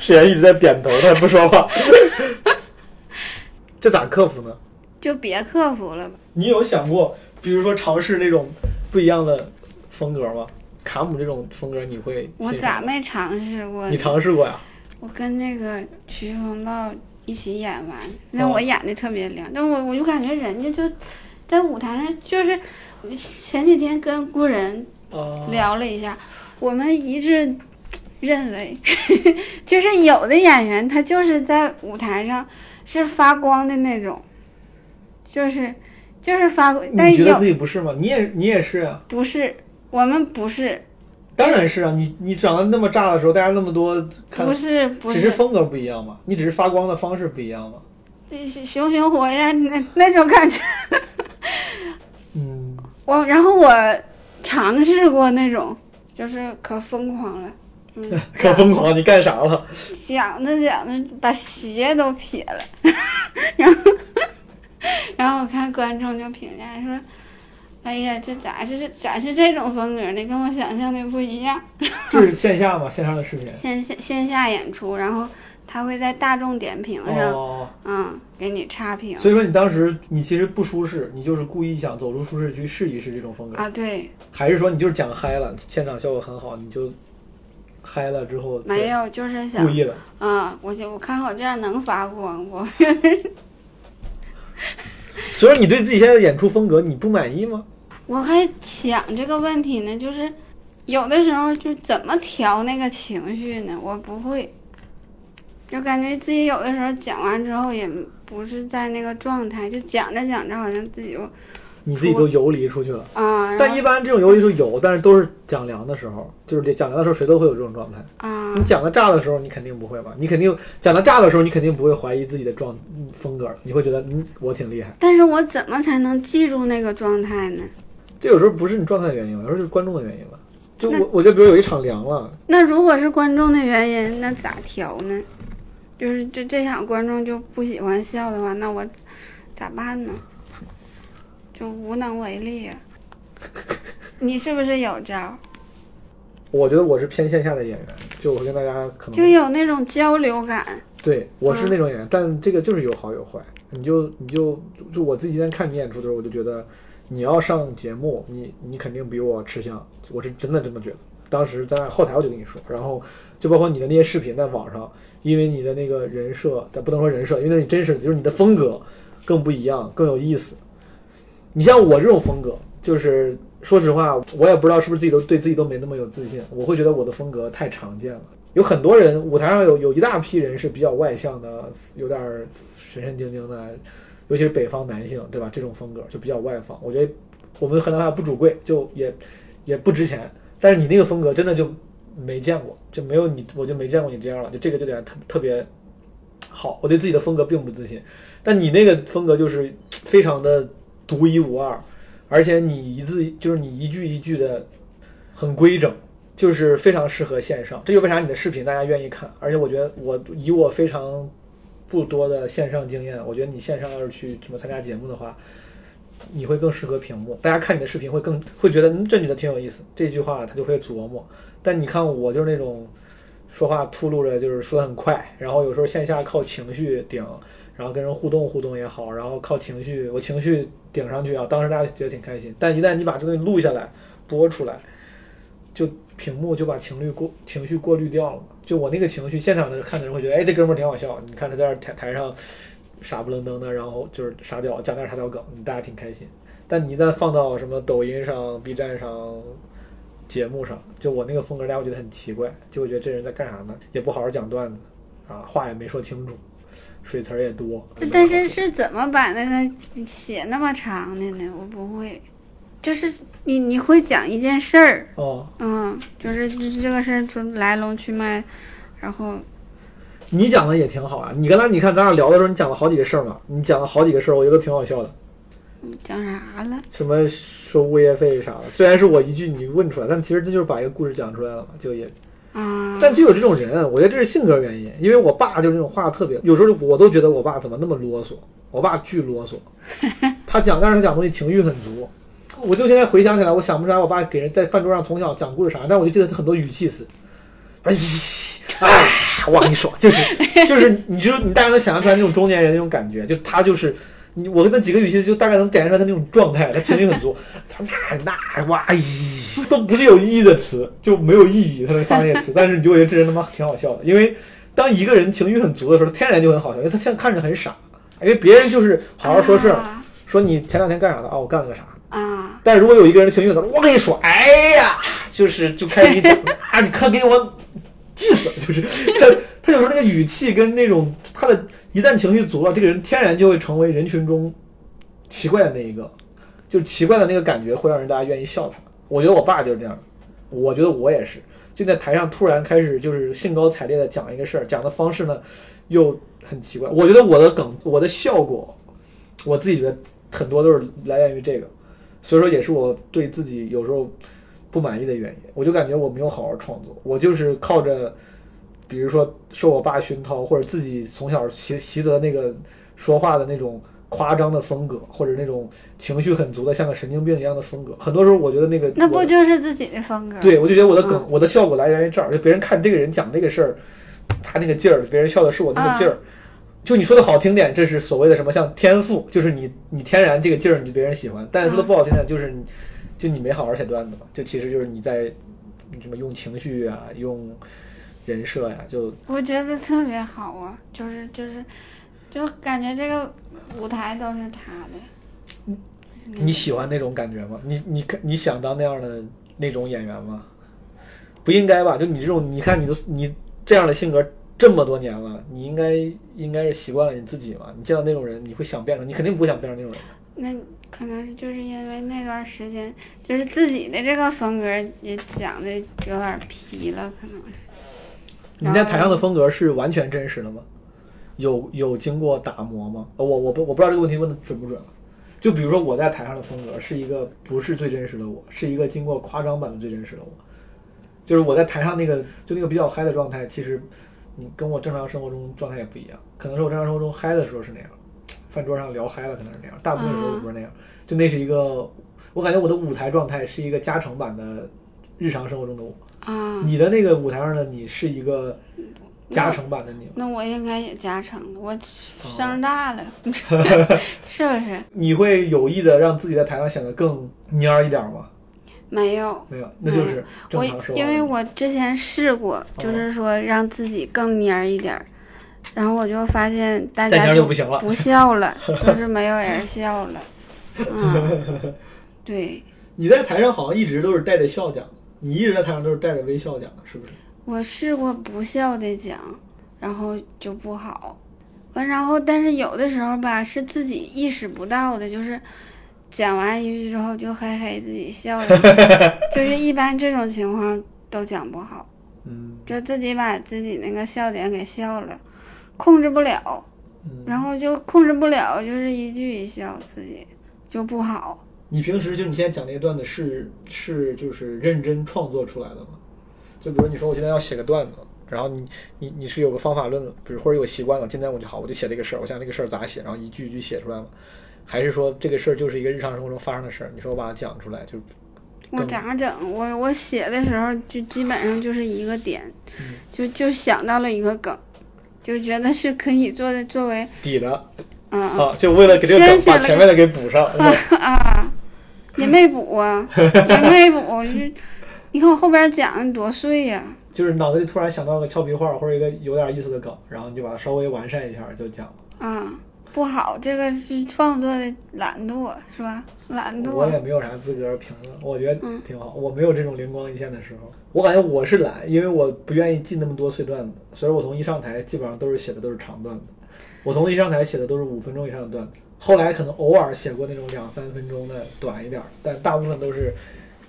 Speaker 2: 沈岩一直在点头，他也不说话。 这咋克服呢？
Speaker 1: 就别克服了吧。
Speaker 2: 你有想过，比如说尝试那种不一样的风格吗？卡姆这种风格你会？
Speaker 1: 我咋？没尝试过呢？
Speaker 2: 你尝试过呀？
Speaker 1: 我跟那个徐风暴一起演完，那
Speaker 2: 哦
Speaker 1: 我演的特别灵，但我我就感觉人家就在舞台上，就是前几天跟故人
Speaker 2: 啊，
Speaker 1: 聊了一下，我们一致认为， 就是有的演员他就是在舞台上是发光的那种，就是就是发光，但
Speaker 2: 你觉得自
Speaker 1: 有
Speaker 2: 己不是吗？你也你也是啊，
Speaker 1: 不是我们不是
Speaker 2: 当然是啊。你你长得那么炸的时候，大家那么多看
Speaker 1: 不，是不
Speaker 2: 只是风格不一样嘛，你只是发光的方式不一样嘛。
Speaker 1: 是熊熊火焰那那种感觉。
Speaker 2: 嗯，
Speaker 1: 我然后我尝试过那种，就是可疯狂了，嗯，
Speaker 2: 可疯狂，你干啥 了？
Speaker 1: 想着想着把鞋都撇了， 然后然后我看观众就评价说。哎呀，这咋是咋是这种风格的？跟我想象的不一样。
Speaker 2: 这是线下嘛，线上的视频。
Speaker 1: 线下线下演出，然后他会在大众点评上，
Speaker 2: 哦，
Speaker 1: 嗯，给你差评
Speaker 2: 所以说你当时你其实不舒适，你就是故意想走出舒适区试一试这种风格。
Speaker 1: 啊。对，
Speaker 2: 还是说你就是讲嗨了，现场效果很好，你就嗨了之后
Speaker 1: 没有，就是想
Speaker 2: 故，意的。
Speaker 1: 嗯，我就我看我这样能发光不？
Speaker 2: 所以说你对自己现在的演出风格你不满意吗？
Speaker 1: 我还想这个问题呢，就是有的时候就怎么调那个情绪呢？我不会，就感觉自己有的时候讲完之后也不是在那个状态，就讲着讲着好像自己就
Speaker 2: 你自己都游离出去了。
Speaker 1: 啊，然
Speaker 2: 但一
Speaker 1: 后
Speaker 2: 般这种游离是有，但是都是讲凉的时候，就是讲凉的时候谁都会有这种状态。
Speaker 1: 啊
Speaker 2: 你讲到炸的时候，你肯定不会吧？你肯定讲到炸的时候，你肯定不会怀疑自己的状风格，你会觉得嗯我挺厉害。
Speaker 1: 但是我怎么才能记住那个状态呢？
Speaker 2: 这有时候不是你状态的原因吧，有时候是观众的原因吧。就
Speaker 1: 那
Speaker 2: 我我觉得，比如有一场凉了，
Speaker 1: 那如果是观众的原因，那咋调呢？就是这这场观众就不喜欢笑的话，那我咋办呢？就无能为力呀、你是不是有招儿？
Speaker 2: 我觉得我是偏线下的演员，就我跟大家可能
Speaker 1: 就有那种交流感
Speaker 2: 对，我是
Speaker 1: 嗯
Speaker 2: 那种演员，但这个就是有好有坏。你就你就就我自己今天看你演出的时候，我就觉得你要上节目，你你肯定比我吃香，我是真的这么觉得。当时在后台我就跟你说，然后就包括你的那些视频在网上，因为你的那个人设，但不能说人设，因为那是你真实的，就是你的风格更不一样，更有意思。你像我这种风格，就是说实话，我也不知道是不是自己都对自己都没那么有自信，我会觉得我的风格太常见了。有很多人舞台上有有一大批人是比较外向的，有点儿神神经经的，尤其是北方男性，对吧？这种风格就比较外放。我觉得我们河南话不主贵，就也也不值钱。但是你那个风格真的就没见过，就没有你，我就没见过你这样了。就这个就点特特别好，我对自己的风格并不自信，但你那个风格就是非常的独一无二，而且你一字就是你一句一句的很规整，就是非常适合线上。这就为啥你的视频大家愿意看，而且我觉得我以我非常不多的线上经验，我觉得你线上要是去什么参加节目的话，你会更适合屏幕，大家看你的视频会更会觉得、嗯、这女的挺有意思，这句话她就会琢磨。但你看我就是那种说话秃噜着，就是说的很快，然后有时候线下靠情绪顶，然后跟人互动互动也好，然后靠情绪，我情绪顶上去啊，当时大家觉得挺开心。但一旦你把这个录下来播出来，就屏幕就把情绪过情绪过滤掉了嘛。就我那个情绪，现场的看的人会觉得，哎，这哥们儿挺好笑，你看他在那台台上。傻不愣登的，然后就是傻屌讲点傻屌梗，大家挺开心。但你一旦放到什么抖音上、B 站上、节目上，就我那个风格，大家会觉得很奇怪，就会觉得这人在干啥呢？也不好好讲段子啊，话也没说清楚，水词儿也多。
Speaker 1: 但是是怎么把那个写那么长的呢？我不会，就是你你会讲一件事儿，
Speaker 2: 哦，
Speaker 1: 嗯，就是这个事儿就来龙去脉，然后。
Speaker 2: 你讲的也挺好啊！你刚才你看咱俩聊的时候，你讲了好几个事儿嘛，你讲了好几个事儿，我觉得挺好笑的。
Speaker 1: 你讲啥了？
Speaker 2: 什么收物业费啥的，虽然是我一句你问出来，但其实这就是把一个故事讲出来了嘛，就也
Speaker 1: 啊。
Speaker 2: 但就有这种人，我觉得这是性格原因。因为我爸就是那种话特别，有时候我都觉得我爸怎么那么啰嗦，我爸巨啰嗦。他讲，但是他讲东西情绪很足。我就现在回想起来，我想不出来我爸给人在饭桌上从小讲故事啥，但我就记得很多语气词。哎，哎，我跟你说，就是 就是，你知道，你大概能想象出来那种中年人那种感觉，就他就是你，我跟他几个语气就大概能感觉出来他那种状态，他情绪很足，他那那哇，哎都不是有意义的词，就没有意义，他能发那些 词，但是你就觉得这人他妈挺好笑的，因为当一个人情绪很足的时候，天然就很好笑，因为他现在看着很傻，因为别人就是好好说事儿，
Speaker 1: 啊
Speaker 2: 说你前两天干啥的啊，我干了个啥，
Speaker 1: 啊，
Speaker 2: 但如果有一个人情绪很，我跟你说，哎呀，就是就开始你讲啊，你快给我气死，就是他他有时候那个语气跟那种他的一旦情绪足了，这个人天然就会成为人群中奇怪的那一个，就奇怪的那个感觉会让人大家愿意笑他。我觉得我爸就是这样，我觉得我也是，就在台上突然开始就是兴高采烈的讲一个事儿，讲的方式呢又很奇怪。我觉得我的梗，我的效果，我自己觉得很多都是来源于这个。所以说也是我对自己有时候不满意的原因。我就感觉我没有好好创作，我就是靠着，比如说受我爸熏陶，或者自己从小习习得那个说话的那种夸张的风格，或者那种情绪很足的像个神经病一样的风格。很多时候我觉得那个
Speaker 1: 那
Speaker 2: 我
Speaker 1: 不就是自己的风格？
Speaker 2: 对，我就觉得我的梗、
Speaker 1: 嗯
Speaker 2: 我的效果来源于这儿，就别人看这个人讲这个事儿，他那个劲儿，别人笑的是我那个劲儿。就你说的好听点，这是所谓的什么像天赋，就是你你天然这个劲儿，你就别人喜欢。但是说的不好听点，就是你就你没好好写段子嘛，就其实就是你在什么用情绪啊，用人设呀、就
Speaker 1: 我觉得特别好啊，就是就是，就感觉这个舞台都是他的。
Speaker 2: 你喜欢那种感觉吗？你你你想当那样的那种演员吗？不应该吧？就你这种，你看你的你这样的性格这么多年了，你应该应该是习惯了你自己嘛。你见到那种人，你会想变成，你肯定不会想变成那种人。
Speaker 1: 那可能是就是因为那段时间，就是自己的这个风格也讲的有点皮了，可能是。
Speaker 2: 你在台上的风格是完全真实的吗？有有经过打磨吗？呃我我不我不知道这个问题问的准不准啊。就比如说我在台上的风格是一个不是最真实的我，是一个经过夸张版的最真实的我。就是我在台上那个就那个比较嗨的状态，其实你跟我正常生活中状态也不一样。可能是我正常生活中嗨的时候是那样，饭桌上聊嗨了可能是那样，大部分时候
Speaker 1: 啊
Speaker 2: 不是那样。就那是一个，我感觉我的舞台状态是一个加长版的日常生活中的我。
Speaker 1: 啊，
Speaker 2: 你的那个舞台上的你是一个加成版的你吗，
Speaker 1: 那我应该也加成了，我
Speaker 2: 啊
Speaker 1: 声大 了， 是不是？
Speaker 2: 你会有意的让自己在台上显得更蔫儿一点吗？
Speaker 1: 没有，
Speaker 2: 没有，那就是
Speaker 1: 我
Speaker 2: 正常说话。啊哦
Speaker 1: 因为我之前试过，就是说让自己更蔫儿一点儿，然后我就发现大
Speaker 2: 再蔫
Speaker 1: 家
Speaker 2: 儿就不行了
Speaker 1: 不笑 了，就是没有人笑了。嗯，对，
Speaker 2: 你在台上好像一直都是带着笑讲的，你一直在台上都是带着微笑讲的，是不是？
Speaker 1: 我试过不笑的讲，然后就不好。完，然后但是有的时候吧，是自己意识不到的，就是讲完一句之 后就嘿嘿自己笑了，就是一般这种情况都讲不好。
Speaker 2: 嗯
Speaker 1: 就自己把自己那个笑点给笑了，控制不了，
Speaker 2: 嗯。
Speaker 1: 然后就控制不了，就是一句一笑，自己就不好。
Speaker 2: 你平时就你现在讲那段子是是就是认真创作出来的吗？就比如你说我现在要写个段子，然后你你你是有个方法论的，比如或者有习惯了，今天我就好，我就写这个事儿，我想这个事儿咋写，然后一句一句写出来吗？还是说这个事儿就是一个日常生活中发生的事儿，你说我把它讲出来就
Speaker 1: 我
Speaker 2: 更
Speaker 1: 咋整？我我写的时候就基本上就是一个点
Speaker 2: 嗯，
Speaker 1: 就就想到了一个梗，就觉得是可以做的作为，
Speaker 2: 抵的
Speaker 1: 嗯、嗯
Speaker 2: 啊？就为了给这个
Speaker 1: 先
Speaker 2: 梗
Speaker 1: 写
Speaker 2: 把
Speaker 1: 了个
Speaker 2: 前面的给 补上，是吧？
Speaker 1: 啊，也没补啊，也没补，我就你看我后边讲的多碎呀、
Speaker 2: 就是脑子里突然想到个俏皮话或者一个有点意思的梗，然后你就把它稍微完善一下就讲了。
Speaker 1: 啊，不好，这个是创作的懒惰是吧？懒
Speaker 2: 我也
Speaker 1: 惰，
Speaker 2: 没有啥资格评论，我觉得
Speaker 1: 嗯
Speaker 2: 挺好。我没有这种灵光一现的时候，我感觉我是懒，因为我不愿意记那么多碎段子，所以我从一上台基本上都是写的都是长段子。我从一上台写的都是五分钟以上的段子，后来可能偶尔写过那种两三分钟的短一点儿，但大部分都是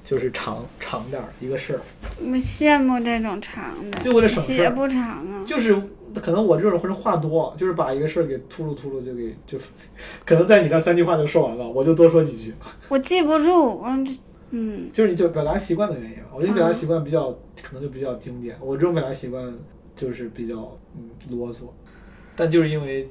Speaker 2: 就是长长点儿一个事儿，
Speaker 1: 我羡慕这种长的，
Speaker 2: 就为了省事
Speaker 1: 写
Speaker 2: 儿。
Speaker 1: 不长啊。
Speaker 2: 就是可能我这种人话多，就是把一个事儿给秃噜秃噜就给就， 可能在你这三句话就说完了，我就多说几句。
Speaker 1: 我记不住，我嗯，
Speaker 2: 就是你就表达习惯的原因吧。我觉得表达习惯比较、可能就比较经典，我这种表达习惯就是比较嗯啰嗦，但就是因为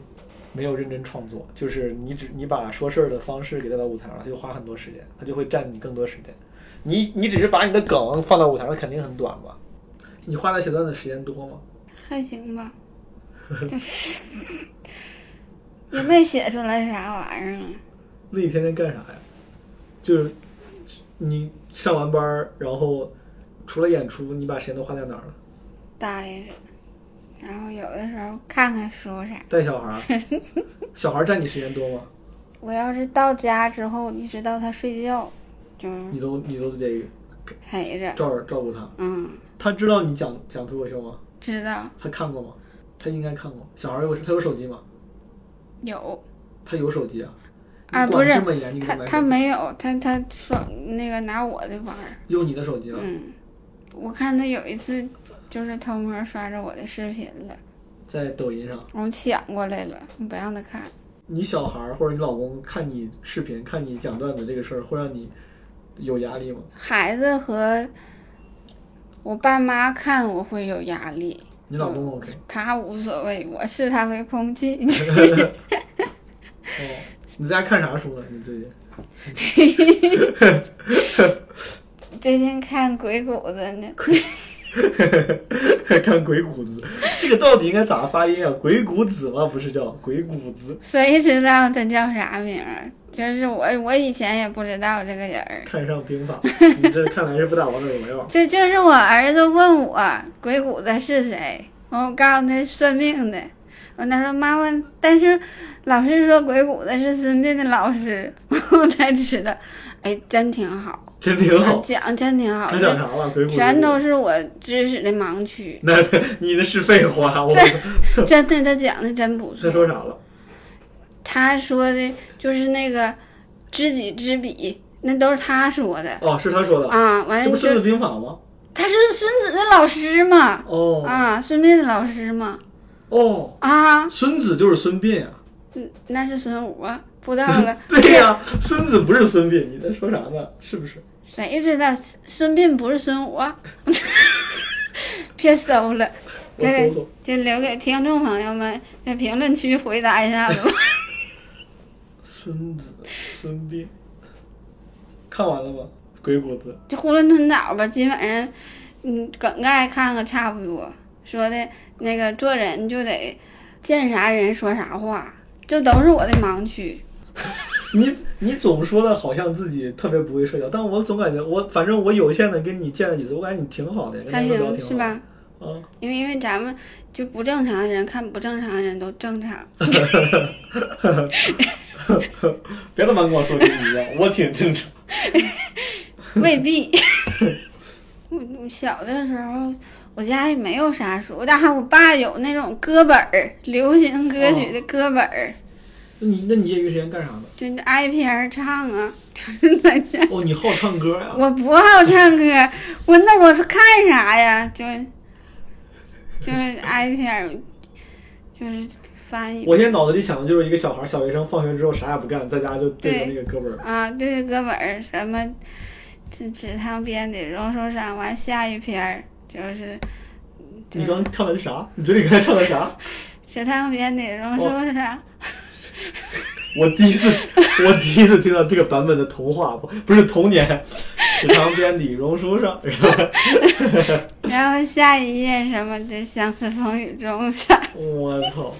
Speaker 2: 没有认真创作，就是你只你把说事儿的方式给带到舞台上，它就花很多时间，它就会占你更多时间。你你只是把你的梗放到舞台上，肯定很短吧？你花在写段子的时间多吗？
Speaker 1: 还行吧，就是 也没写出来啥玩意儿了。
Speaker 2: 那你天天干啥呀？就是你上完班儿，然后除了演出，你把时间都花在哪儿了？
Speaker 1: 待着，然后有的时候看看书啥。
Speaker 2: 带小孩儿，小孩儿占你时间多吗？
Speaker 1: 我要是到家之后一直到他睡觉，就是
Speaker 2: 你都你都得
Speaker 1: 陪着。
Speaker 2: 照照顾他。
Speaker 1: 嗯，
Speaker 2: 他知道你讲讲脱口秀吗？
Speaker 1: 知道
Speaker 2: 他看过吗？他应该看过。小孩儿有他有手机吗？
Speaker 1: 有
Speaker 2: 他有手机啊。
Speaker 1: 啊？
Speaker 2: 你
Speaker 1: 不
Speaker 2: 管
Speaker 1: 是
Speaker 2: 这么严，你给
Speaker 1: 他
Speaker 2: 买
Speaker 1: 他
Speaker 2: 手机
Speaker 1: 没有，他他说那个拿我的玩儿。
Speaker 2: 用你的手机啊？
Speaker 1: 嗯，我看他有一次就是偷摸刷着我的视频了，
Speaker 2: 在抖音上，
Speaker 1: 我抢过来了，我不让他看。
Speaker 2: 你小孩儿或者你老公看你视频、看你讲段子这个事儿，会让你有压力吗？
Speaker 1: 孩子和我爸妈看我会有压力，
Speaker 2: 你老
Speaker 1: 嗯
Speaker 2: 公 OK
Speaker 1: 他无所谓，我视他为空气。
Speaker 2: 哦？你在家看啥书呢？你最近
Speaker 1: 最近看鬼谷子呢，
Speaker 2: 看鬼谷子，这个到底应该咋发音啊？鬼谷子吗？不是叫鬼谷子？
Speaker 1: 谁知道他叫啥名儿？就是我，我以前也不知道这个人儿。
Speaker 2: 看上兵 法，你这看来是不打王者荣耀。
Speaker 1: 这就是我儿子问我鬼谷子是谁，我告诉他算命的。我他说妈妈，但是老师说鬼谷子是孙膑的老师， 我才知道，哎，真挺好，
Speaker 2: 真挺
Speaker 1: 他
Speaker 2: 好。
Speaker 1: 讲真挺好，
Speaker 2: 他讲啥了？鬼
Speaker 1: 这
Speaker 2: 谷子，
Speaker 1: 全都是我知识的盲区
Speaker 2: 那你那是废话。我
Speaker 1: 真的他讲的真不
Speaker 2: 他说
Speaker 1: 错。
Speaker 2: 啥了？
Speaker 1: 他说的就是那个知己知彼，那都是他说的
Speaker 2: 哦，是他说的。
Speaker 1: 啊。完
Speaker 2: 这
Speaker 1: 了
Speaker 2: 不《孙子
Speaker 1: 就
Speaker 2: 兵法》吗？
Speaker 1: 他是孙子的老师嘛，
Speaker 2: 哦
Speaker 1: 啊，孙膑的老师嘛，
Speaker 2: 哦，
Speaker 1: 啊。
Speaker 2: 孙子就是孙膑啊。。
Speaker 1: 嗯，那是孙武啊，不知道了
Speaker 2: 对呀、孙子不是孙膑，你在说啥呢？是不是？
Speaker 1: 谁知道孙孙膑不是孙武啊？ 别搜了，
Speaker 2: 我
Speaker 1: 这
Speaker 2: 搜
Speaker 1: 个
Speaker 2: 搜。
Speaker 1: 就留给听众朋友们在评论区回答一下子 吧。
Speaker 2: 孙子，孙膑。看完了吗？鬼谷子。
Speaker 1: 就囫囵吞枣吧，基本上，嗯，梗概看看差不多。说的那个做人就得见啥人说啥话，这都是我的盲区。
Speaker 2: 你你总说的好像自己特别不会社交，但我总感觉我反正我有限的跟你见了几次，我感觉你挺好的呀，跟大
Speaker 1: 还
Speaker 2: 家都聊
Speaker 1: 行
Speaker 2: 挺好
Speaker 1: 是吧？
Speaker 2: 的啊。
Speaker 1: 因为因为咱们就不正常的人看不正常的人都正常。
Speaker 2: 别他妈跟我说跟你一样，我挺 正常。
Speaker 1: 未必。我我小的时候，我家也没有啥书，但我爸有那种歌本儿，流行歌曲的歌本儿，
Speaker 2: 那你那你业余时间干啥呢？
Speaker 1: 就是挨篇儿唱啊， 就是在家。
Speaker 2: 哦，你好唱歌呀、
Speaker 1: 我不好唱歌，我那我看啥呀？就就是挨天儿，就是翻译
Speaker 2: 我现在脑子里想的就是一个小孩，小学生放学之后啥也不干，在家就对着
Speaker 1: 对
Speaker 2: 那个哥们儿，
Speaker 1: 啊，对哥们儿什么，这池塘边的榕树上完下一篇儿就是，就
Speaker 2: 你
Speaker 1: 是
Speaker 2: 刚唱的是啥？你嘴里刚才唱的啥？
Speaker 1: 池塘边的榕树上，
Speaker 2: 我第一次，我第一次听到这个版本的童话，不不是童年，池塘边的榕树上，然后
Speaker 1: 然后下一页什么这相思风雨中啥
Speaker 2: 我操！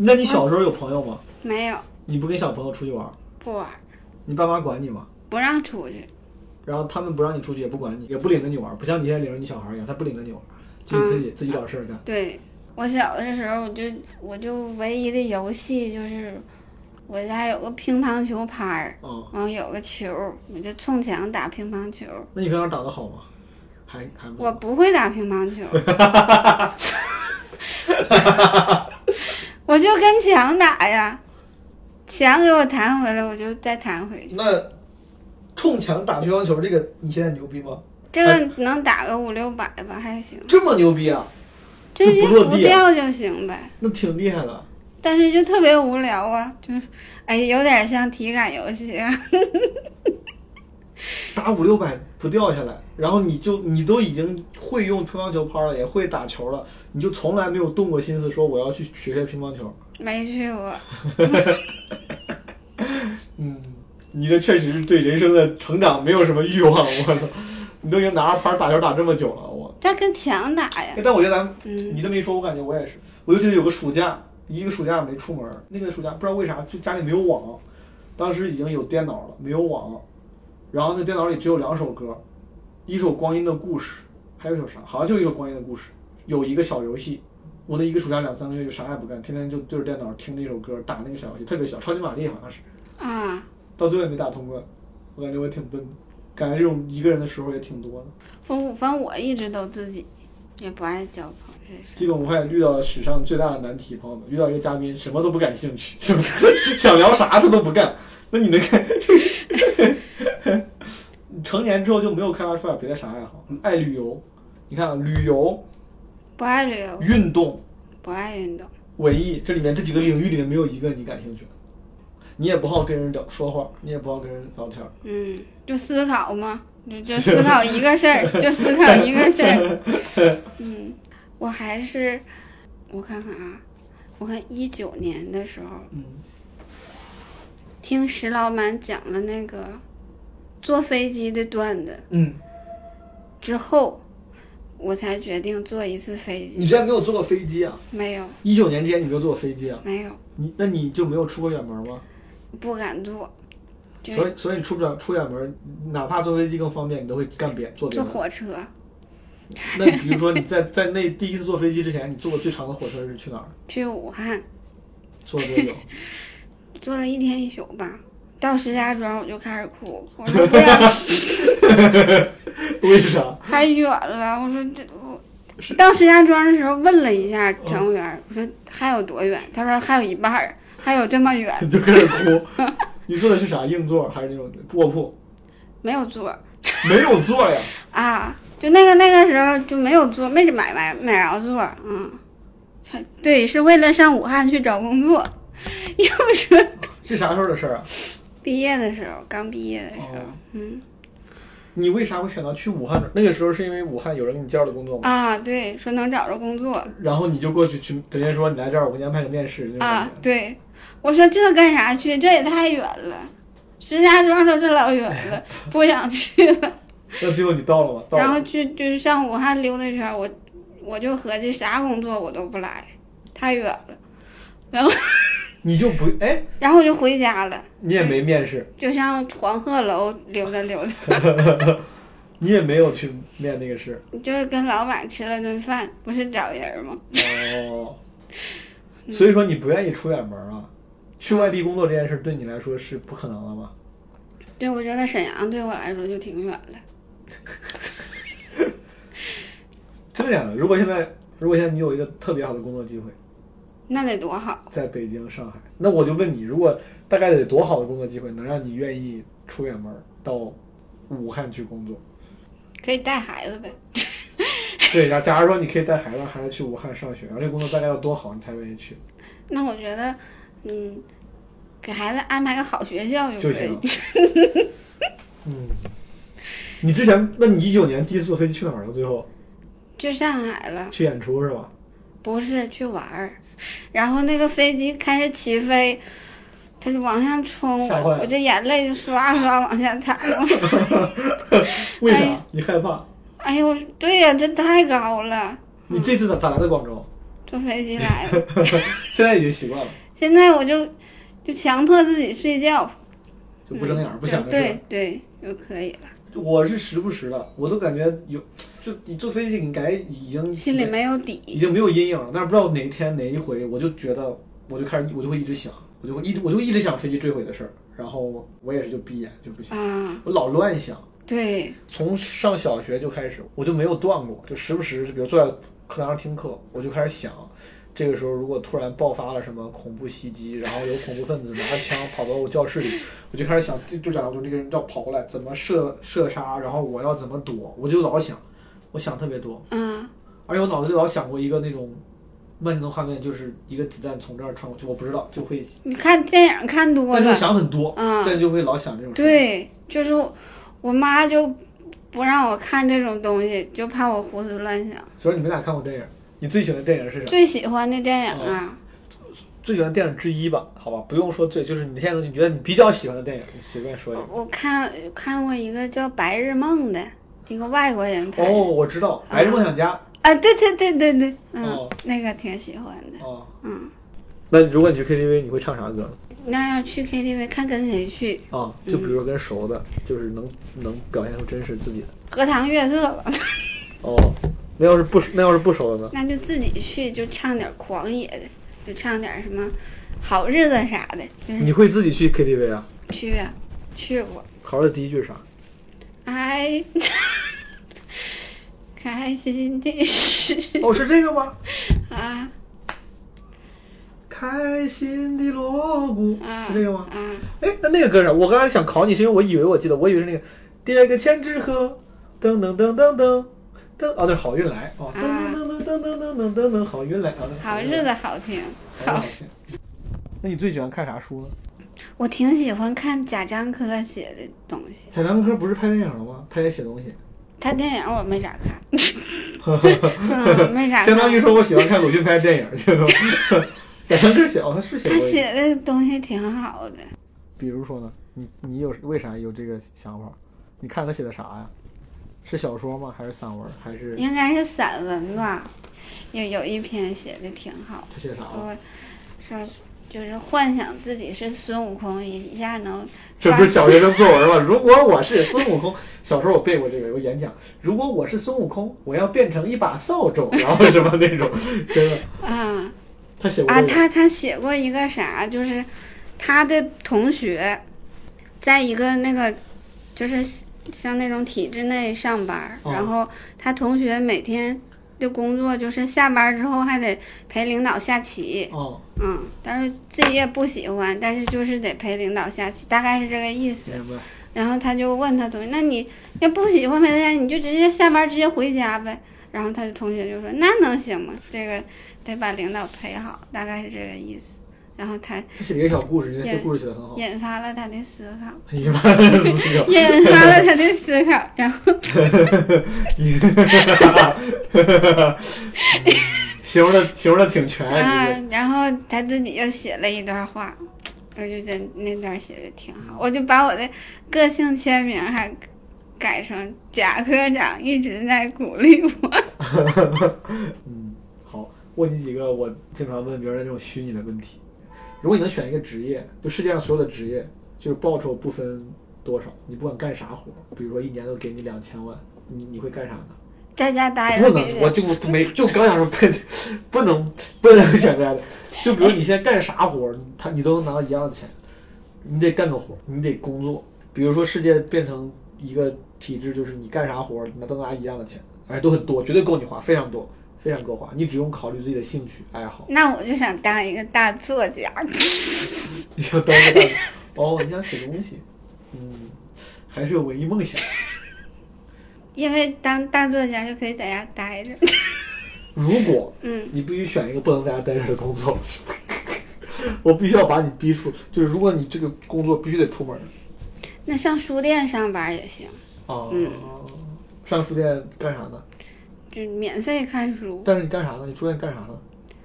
Speaker 2: 那你小时候有朋友吗？
Speaker 1: 没有，
Speaker 2: 你不跟小朋友出去玩儿，
Speaker 1: 不玩儿，
Speaker 2: 你爸妈管你吗？
Speaker 1: 不让出去，
Speaker 2: 然后他们不让你出去，也不管你，也不领着你玩儿，不像你现在领着你小孩儿一样，他不领着你玩儿，就你自己、自己找事儿干。
Speaker 1: 对我小的时候，我就我就唯一的游戏就是，我家有个乒乓球拍儿，
Speaker 2: 哦，
Speaker 1: 然后有个球儿，我就冲墙打乒乓球。
Speaker 2: 那你平常打得好吗？还还不
Speaker 1: 我不会打乒乓球，我就跟墙打呀，墙给我弹回来，我就再弹回去。
Speaker 2: 那冲墙打乒乓球这个你现在牛逼吗？
Speaker 1: 这个能打个五六百吧，还行，
Speaker 2: 这么牛逼啊？
Speaker 1: 就
Speaker 2: 这
Speaker 1: 是
Speaker 2: 不落
Speaker 1: 不
Speaker 2: 地啊
Speaker 1: 掉就行呗。
Speaker 2: 那挺厉害的。
Speaker 1: 但是就特别无聊啊，就是，哎，有点像体感游戏啊。
Speaker 2: 打五六百不掉下来，然后你就你都已经会用乒乓球拍了，也会打球了，你就从来没有动过心思说我要去学学乒乓球。
Speaker 1: 没去过，
Speaker 2: 嗯，你这确实是对人生的成长没有什么欲望。我操，你都已经拿着拍打球打这么久了，我。
Speaker 1: 这跟墙打呀。
Speaker 2: 但我觉得咱们
Speaker 1: 嗯，
Speaker 2: 你这么一说，我感觉我也是。我就记得有个暑假，一个暑假没出门儿，那个暑假不知道为啥就家里没有网，当时已经有电脑了，没有网，然后那电脑里只有两首歌，一首《光阴的故事》，还有一首啥？好像就一首《光阴的故事》，有一个小游戏。我那一个暑假两三个月就啥也不干，天天就对着电脑听那首歌，打那个小游戏，特别小，超级玛丽好像是，
Speaker 1: 啊，
Speaker 2: 到最后也没打通关。我感觉我挺笨的，感觉这种一个人的时候也挺多的。
Speaker 1: 反反正我一直都自己，也不爱交朋友。
Speaker 2: 基本无害遇到史上最大的难题，朋友们，遇到一个嘉宾什么都不感兴趣， 什么想聊啥他都不干，那你能干？ 成年之后就没有开发出点别的啥爱好，爱旅游，你看啊旅游、
Speaker 1: 不爱旅游，
Speaker 2: 运动、
Speaker 1: 不爱运动，
Speaker 2: 文艺这里面这几个领域里面没有一个你感兴趣的，你也不好跟人聊说话，你也不好跟人聊天儿，
Speaker 1: 嗯，就思考嘛，就就思考一个事 儿，就思考一个事儿。嗯，我还是，我看看啊，我看一九年的时候
Speaker 2: 嗯，
Speaker 1: 听石老板讲了那个坐飞机的段子
Speaker 2: 嗯，
Speaker 1: 之后，我才决定坐一次飞
Speaker 2: 你
Speaker 1: 机。
Speaker 2: 之前没有坐过飞机啊？
Speaker 1: 没有，
Speaker 2: 一九年之前你没有坐过飞机啊？
Speaker 1: 没有，
Speaker 2: 你那你就没有出过远门吗？
Speaker 1: 不敢坐，就
Speaker 2: 所以，所以你出不了出远门，哪怕坐飞机更方便，你都会干别坐别
Speaker 1: 坐
Speaker 2: 的。
Speaker 1: 火车。
Speaker 2: 那比如说你在在那第一次坐飞机之前，你坐过最长的火车是去哪儿？
Speaker 1: 去武汉
Speaker 2: 坐了多久？
Speaker 1: 坐了一天一宿吧，到石家庄我就开始哭，我说不 要
Speaker 2: 为啥？
Speaker 1: 太远了，我说这我。到石家庄的时候问了一下乘务员，我说还有多远？他说还有一半儿，还有这么远，
Speaker 2: 你就开始哭。你坐的是啥？硬座还是那种卧铺？
Speaker 1: 没有座儿
Speaker 2: 没有座呀。
Speaker 1: 啊。就那个那个时候就没有座，没买买买着座儿，嗯，才对，是为了上武汉去找工作，又说
Speaker 2: 这啥时候的事儿啊？
Speaker 1: 毕业的时候，刚毕业的时候
Speaker 2: 哦，
Speaker 1: 嗯
Speaker 2: 你为啥会选择去武汉？那个时候是因为武汉有人给你介绍的工作吗？
Speaker 1: 啊，对，说能找着工作，
Speaker 2: 然后你就过去去，人家说你来这儿，我给你安排个面试，那种
Speaker 1: 啊
Speaker 2: 感觉。，
Speaker 1: 对，我说这干啥去？这也太远了，石家庄都这老远了，不想 去了。
Speaker 2: 那最后你到了吗？到
Speaker 1: 然后
Speaker 2: 了。
Speaker 1: 就就是上武汉溜达一圈，我我就合计啥工作我都不来，太远了。
Speaker 2: 你就不哎，
Speaker 1: 然后我就回家了，
Speaker 2: 你也没面 试，
Speaker 1: 就上黄鹤楼溜达溜达，
Speaker 2: 你也没有去面那个试。
Speaker 1: 就是跟老板吃了顿饭，不是找人吗？
Speaker 2: 哦，所以说你不愿意出远门啊？去外地工作这件事对你来说是不可能了吗？
Speaker 1: 对，我觉得沈阳对我来说就挺远了。
Speaker 2: 真的假的？如果现在，如果现在你有一个特别好的工作机会，
Speaker 1: 那得多好！
Speaker 2: 在北京、上海，那我就问你，如果大概得多好的工作机会能让你愿意出远门到武汉去工作？
Speaker 1: 可以带孩子呗，
Speaker 2: 对，然后假如说你可以带孩子，让孩子去武汉上学，然后这个工作大概要多好，你才愿意去
Speaker 1: 那我觉得，嗯，给孩子安排个好学校
Speaker 2: 就
Speaker 1: 可以
Speaker 2: 行。。嗯，你之前，那你一九年第一次坐飞机去哪儿了？最后
Speaker 1: 去上海了，
Speaker 2: 去演出是吧？
Speaker 1: 不是去玩儿。然后那个飞机开始起飞，它就往上冲，
Speaker 2: 吓坏
Speaker 1: 我
Speaker 2: 了
Speaker 1: 我这眼泪就刷刷往下淌。
Speaker 2: 为啥？
Speaker 1: 哎
Speaker 2: 你害怕？
Speaker 1: 哎呦，我对呀、这太高了，
Speaker 2: 你这次咋咋来的广州？
Speaker 1: 坐飞机来了。
Speaker 2: 现在已经习惯了，
Speaker 1: 现在我就就强迫自己睡觉，
Speaker 2: 就不睁眼儿，不
Speaker 1: 嗯
Speaker 2: 想这事儿
Speaker 1: 对。对，就可以了，
Speaker 2: 我是时不时的，我都感觉有，就你坐飞机，你感觉已经
Speaker 1: 心里没有
Speaker 2: 已
Speaker 1: 底。
Speaker 2: 经没有阴影了，但是不知道哪一天哪一回，我就觉得我就开始我就会一直想，我就会一直我就一直想飞机坠毁的事儿，然后我也是就闭眼就不行，
Speaker 1: 啊，
Speaker 2: 我老乱想。
Speaker 1: 对，
Speaker 2: 从上小学就开始，我就没有断过，就时不时，比如坐在课堂上听课，我就开始想，这个时候如果突然爆发了什么恐怖袭击，然后有恐怖分子拿着枪跑到我教室里，我就开始想，就就讲就那个人要跑过来，怎么射射杀，然后我要怎么躲，我就老想，我想特别多，
Speaker 1: 啊，
Speaker 2: 而且我脑子里老想过一个那种万年的画面，就是一个子弹从这儿穿过去，我不知道就会，
Speaker 1: 你看电影看多
Speaker 2: 但就
Speaker 1: 了，
Speaker 2: 想很多，
Speaker 1: 啊
Speaker 2: 但就会老想这种事。，
Speaker 1: 对，就是我妈就不让我看这种东西，就怕我胡思乱想。
Speaker 2: 所以你们俩看过电影，你最喜欢的电影是啥？
Speaker 1: 最喜欢的电影啊，
Speaker 2: 最喜欢的电影之一吧，好吧，不用说最，就是你现在你觉得你比较喜欢的电影，你随便说一个。
Speaker 1: 我看看过一个叫《白日梦》的，一个外国人拍
Speaker 2: 哦，
Speaker 1: 的。
Speaker 2: 我知道《白日梦想家》
Speaker 1: 啊，对对对对对，嗯
Speaker 2: 哦，
Speaker 1: 那个挺喜欢的。
Speaker 2: 哦，
Speaker 1: 嗯，
Speaker 2: 那如果你去 KTV，你会唱啥歌呢？
Speaker 1: 那要去 KTV 看跟谁去，
Speaker 2: 啊、就比如说跟熟的，就是能能表现出真实自己的。
Speaker 1: 荷塘月色吧。
Speaker 2: 哦，那要是不那要是不熟的呢？
Speaker 1: 那就自己去，就唱点狂野的，就唱点什么好日子啥的，就是
Speaker 2: 你会自己去 KTV 啊？
Speaker 1: 去啊，去过，
Speaker 2: 考试第一句是啥？
Speaker 1: 哎， 开心的事
Speaker 2: 哦，是这个吗？
Speaker 1: 啊
Speaker 2: 开心的锣鼓
Speaker 1: 啊
Speaker 2: 是这个吗？
Speaker 1: 啊，
Speaker 2: 哎，那那个歌是啥？我刚才想考你，是因为我以为我记得，我以为是那个“跌个千纸鹤”，噔噔噔噔噔噔，哦，那是好运来哦，噔
Speaker 1: 啊
Speaker 2: 噔噔噔噔噔噔噔噔，好运来啊，
Speaker 1: 好日子好听。
Speaker 2: 好运来，好运来那你最喜欢看啥书呢？
Speaker 1: 我挺喜欢看贾樟柯写的东西，
Speaker 2: 贾樟柯不是拍电影了吗？他也写东西，
Speaker 1: 他电影我没咋 看，嗯，没咋看。
Speaker 2: 相当于说我喜欢看鲁迅拍的电影，就 贾樟柯写哦，他是写
Speaker 1: 他
Speaker 2: 过一个，
Speaker 1: 写的东西挺好的，
Speaker 2: 比如说呢，你你有为啥有这个想法？你看他写的啥呀？是小说吗？还是散文？还是
Speaker 1: 应该是散文吧，有有一篇写的挺好。
Speaker 2: 他写的啥啊了？
Speaker 1: 说说就是幻想自己是孙悟空，一一下能
Speaker 2: 这不是小学生作文吗？如果我是孙悟空，小时候我背过这个，有演讲。如果我是孙悟空，我要变成一把扫帚，然后什么那种，真的，
Speaker 1: 啊
Speaker 2: 他写过
Speaker 1: 啊！
Speaker 2: 这个。
Speaker 1: 他他写过一个啥，就是他的同学，在一个那个就是像那种体制内上班，
Speaker 2: 哦
Speaker 1: 然后他同学每天的工作就是下班之后还得陪领导下棋，
Speaker 2: 哦，
Speaker 1: 嗯，但是自己也不喜欢，但是就是得陪领导下棋，大概是这个意思。
Speaker 2: 明白。
Speaker 1: 然后他就问他同学：“那你要不喜欢陪他家，你就直接下班直接回家呗。”然后他的同学就说：“那能行吗？这个得把领导陪好，大概是这个意思。”然后他
Speaker 2: 他写了一个小故事，你看
Speaker 1: 也
Speaker 2: 这故事写的很好。
Speaker 1: 引发了他的思 考，
Speaker 2: 一般四个，
Speaker 1: 引发了他的思考。然后
Speaker 2: 嗯形容的形容的挺全。
Speaker 1: 啊
Speaker 2: 哎这个，
Speaker 1: 然后他自己又写了一段话，我就觉得那段写的挺好，我就把我的个性签名还改成贾科长一直在鼓励我。
Speaker 2: 嗯，好，问你几个我经常问别人的这种虚拟的问题。如果你能选一个职业，就世界上所有的职业，就是报酬不分多少，你不管干啥活，比如说一年都给你两千万，你你会干啥呢？
Speaker 1: 在家待
Speaker 2: 不
Speaker 1: 着，
Speaker 2: 能，我就没就刚想说不，不能不能选择的。就比如你现在干啥活儿，他你都能拿到一样的钱，你得干个活儿，你得工作。比如说世界变成一个体制，就是你干啥活儿，你都能拿一样的钱，而且都很多，绝对够你花，非常多，非常够花。你只用考虑自己的兴趣爱好，
Speaker 1: 那我就想当一个大作家。
Speaker 2: 你想当个大 佬哦，你想写东西，嗯，还是有文艺梦想。
Speaker 1: 因为当大作家就可以在家待着。
Speaker 2: 如果
Speaker 1: 嗯，
Speaker 2: 你必须选一个不能在家待着的工作，我必须要把你逼出。就是如果你这个工作必须得出门
Speaker 1: 那上书店上班也行，
Speaker 2: 啊，
Speaker 1: 嗯
Speaker 2: 上书店干啥呢？
Speaker 1: 就免费看书。
Speaker 2: 但是你干啥呢？你书店干啥呢？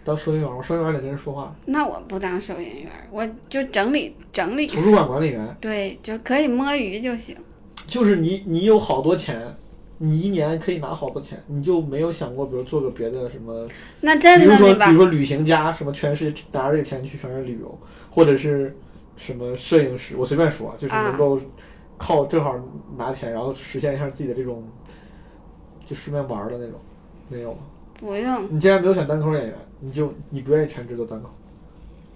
Speaker 2: 当收银员吗，我收银员得跟人说话，
Speaker 1: 那我不当收银员，我就整理整理，
Speaker 2: 图书馆管理员
Speaker 1: 对，就可以摸鱼就行。
Speaker 2: 就是你，你有好多钱。你一年可以拿好多钱，你就没有想过，比如做个别的什么
Speaker 1: 那真
Speaker 2: 比如
Speaker 1: 的对
Speaker 2: 说，比
Speaker 1: 吧
Speaker 2: 如？说旅行家，什么全是拿着这个钱去全是旅游，或者是什么摄影师，我随便说啊，就是
Speaker 1: 啊
Speaker 2: 能够靠正好拿钱，然后实现一下自己的这种，就顺便玩儿的那种，没有吗？
Speaker 1: 不用，
Speaker 2: 你既然没有选单口演员，你就你不愿意全职做单口，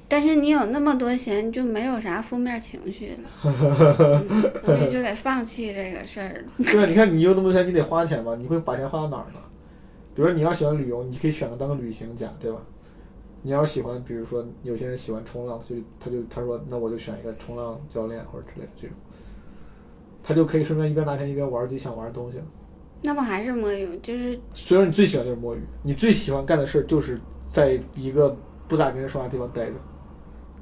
Speaker 1: 但是你有那么多钱，你就没有啥负面情绪了， 嗯所以就得放弃这个事儿了。
Speaker 2: 对啊，你看你有那么多钱，你得花钱吧？你会把钱花到哪儿呢？比如说你要喜欢旅游，你可以选择当个旅行家，对吧？你要是喜欢，比如说有些人喜欢冲浪，所以他就他说那我就选一个冲浪教练或者之类的这种，他就可以顺便一边拿钱一边玩自己想玩的东西了。
Speaker 1: 那
Speaker 2: 那
Speaker 1: 不还是摸鱼？就是
Speaker 2: 所以说你最喜欢就是摸鱼，你最喜欢干的事儿就是在一个不咋跟人说话的地方待着。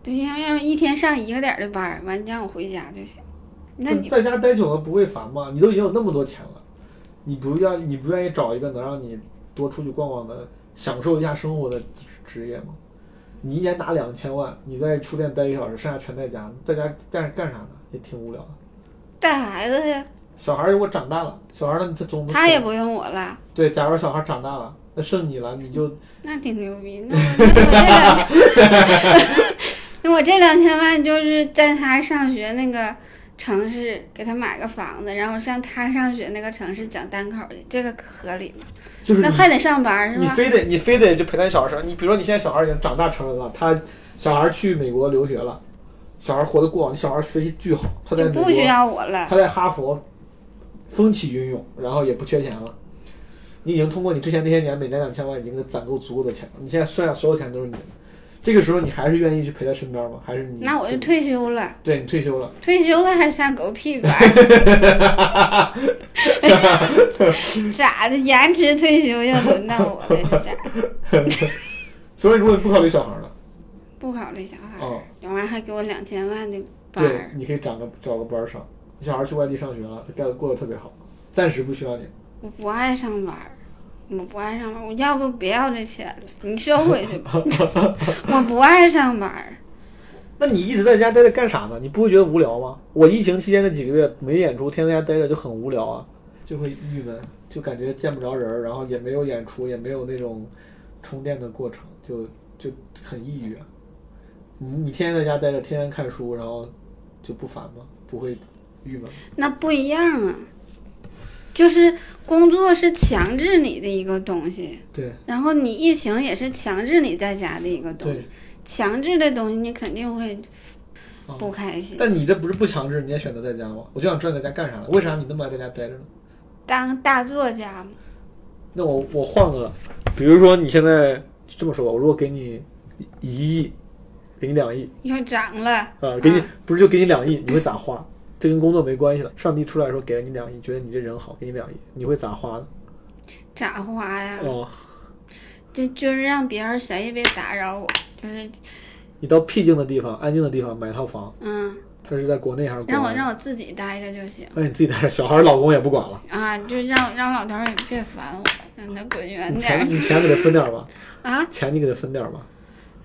Speaker 1: 对，因为要是一天上一个点儿的班儿，完让我回家就行。那
Speaker 2: 但
Speaker 1: 你
Speaker 2: 在家待久了不会烦吗？你都已经有那么多钱了，你不要你不愿意找一个能让你多出去逛逛的、享受一下生活的职职业吗？你一年拿两千万，你在书店待一个小时，剩下全在家，在家干干啥呢？也挺无聊的。
Speaker 1: 带孩子呀，
Speaker 2: 小孩儿如果长大了，小孩儿他他总
Speaker 1: 他也不用我了，
Speaker 2: 对。假如小孩儿长大了，那剩你了，你就
Speaker 1: 那挺牛逼。那我那我这 两千万就是在他上学那个城市给他买个房子，然后上他上学那个城市讲单口去，这个可合理吗？
Speaker 2: 就是
Speaker 1: 那啊
Speaker 2: 你
Speaker 1: 还得上班是
Speaker 2: 你
Speaker 1: 吧？
Speaker 2: 非得你非得就陪伴小孩儿，你比如说你现在小孩儿已经长大成人了，他小孩儿去美国留学了，小孩儿活得过往，小孩儿学习巨好，他在
Speaker 1: 就
Speaker 2: 美
Speaker 1: 不
Speaker 2: 国
Speaker 1: 需要我了。
Speaker 2: 他在哈佛风起云涌，然后也不缺钱了。你已经通过你之前那些年每年两千万已经攒够足够的钱了，你现在剩下所有钱都是你的。这个时候你还是愿意去陪在身边吗？还是你
Speaker 1: 那我就退休了，
Speaker 2: 对你退休了，
Speaker 1: 退休了还上狗屁班？ 咋的？延迟退休又轮到我了是咋？
Speaker 2: 所以如果你不考虑小孩了，
Speaker 1: 不考虑小孩儿，
Speaker 2: 哦
Speaker 1: 然后还给我两千万的班
Speaker 2: 对
Speaker 1: 儿，，
Speaker 2: 你可以找个找个班儿上。你小孩去外地上学了，他干得过得特别好，暂时不需要你。
Speaker 1: 我不爱上班儿，我不爱上班儿，我要不别要这钱了，你收回去吧。 我不爱上班儿，
Speaker 2: 那你一直在家待着干啥呢？你不会觉得无聊吗？我疫情期间那几个月没演出，天天在家待着就很无聊啊，就会郁闷，就感觉见不着人儿，然后也没有演出，也没有那种充电的过程，就就很抑郁、啊。你你天天在家待着，天天看书，然后就不烦吗？不会郁闷吗？
Speaker 1: 那不一样啊。就是工作是强制你的一个东西，
Speaker 2: 对
Speaker 1: 然后你疫情也是强制你在家的一个东
Speaker 2: 对
Speaker 1: 西，，强制的东西你肯定会
Speaker 2: 啊
Speaker 1: 不开心。
Speaker 2: 但你这不是不强制，你也选择在家吗？我就想知道你在家干啥呢？为啥你那么爱在家待着呢？
Speaker 1: 当大作家嘛，
Speaker 2: 那我我换个，比如说你现在这么说吧，我如果给你一亿，给你两亿，
Speaker 1: 又涨了，
Speaker 2: 呃，给你、
Speaker 1: 啊
Speaker 2: 不是就给你两亿，你会咋花？这跟工作没关系了。上帝出来说给了你两亿，觉得你这人好，给你两亿，你会咋花呢？
Speaker 1: 咋花呀？
Speaker 2: 哦，
Speaker 1: 这就是让别人谁也别打扰我，就是
Speaker 2: 你到僻静的地方、安静的地方买套房，
Speaker 1: 嗯，
Speaker 2: 他是在国内还是国外？
Speaker 1: 让我让我自己待着就行
Speaker 2: 那你自己带着小孩，老公也不管了，
Speaker 1: 啊，就让让老头儿也别烦我，让他滚远点
Speaker 2: 你钱
Speaker 1: 儿
Speaker 2: 你钱给他分点儿吧，
Speaker 1: 啊。
Speaker 2: 钱你给他分点儿吧。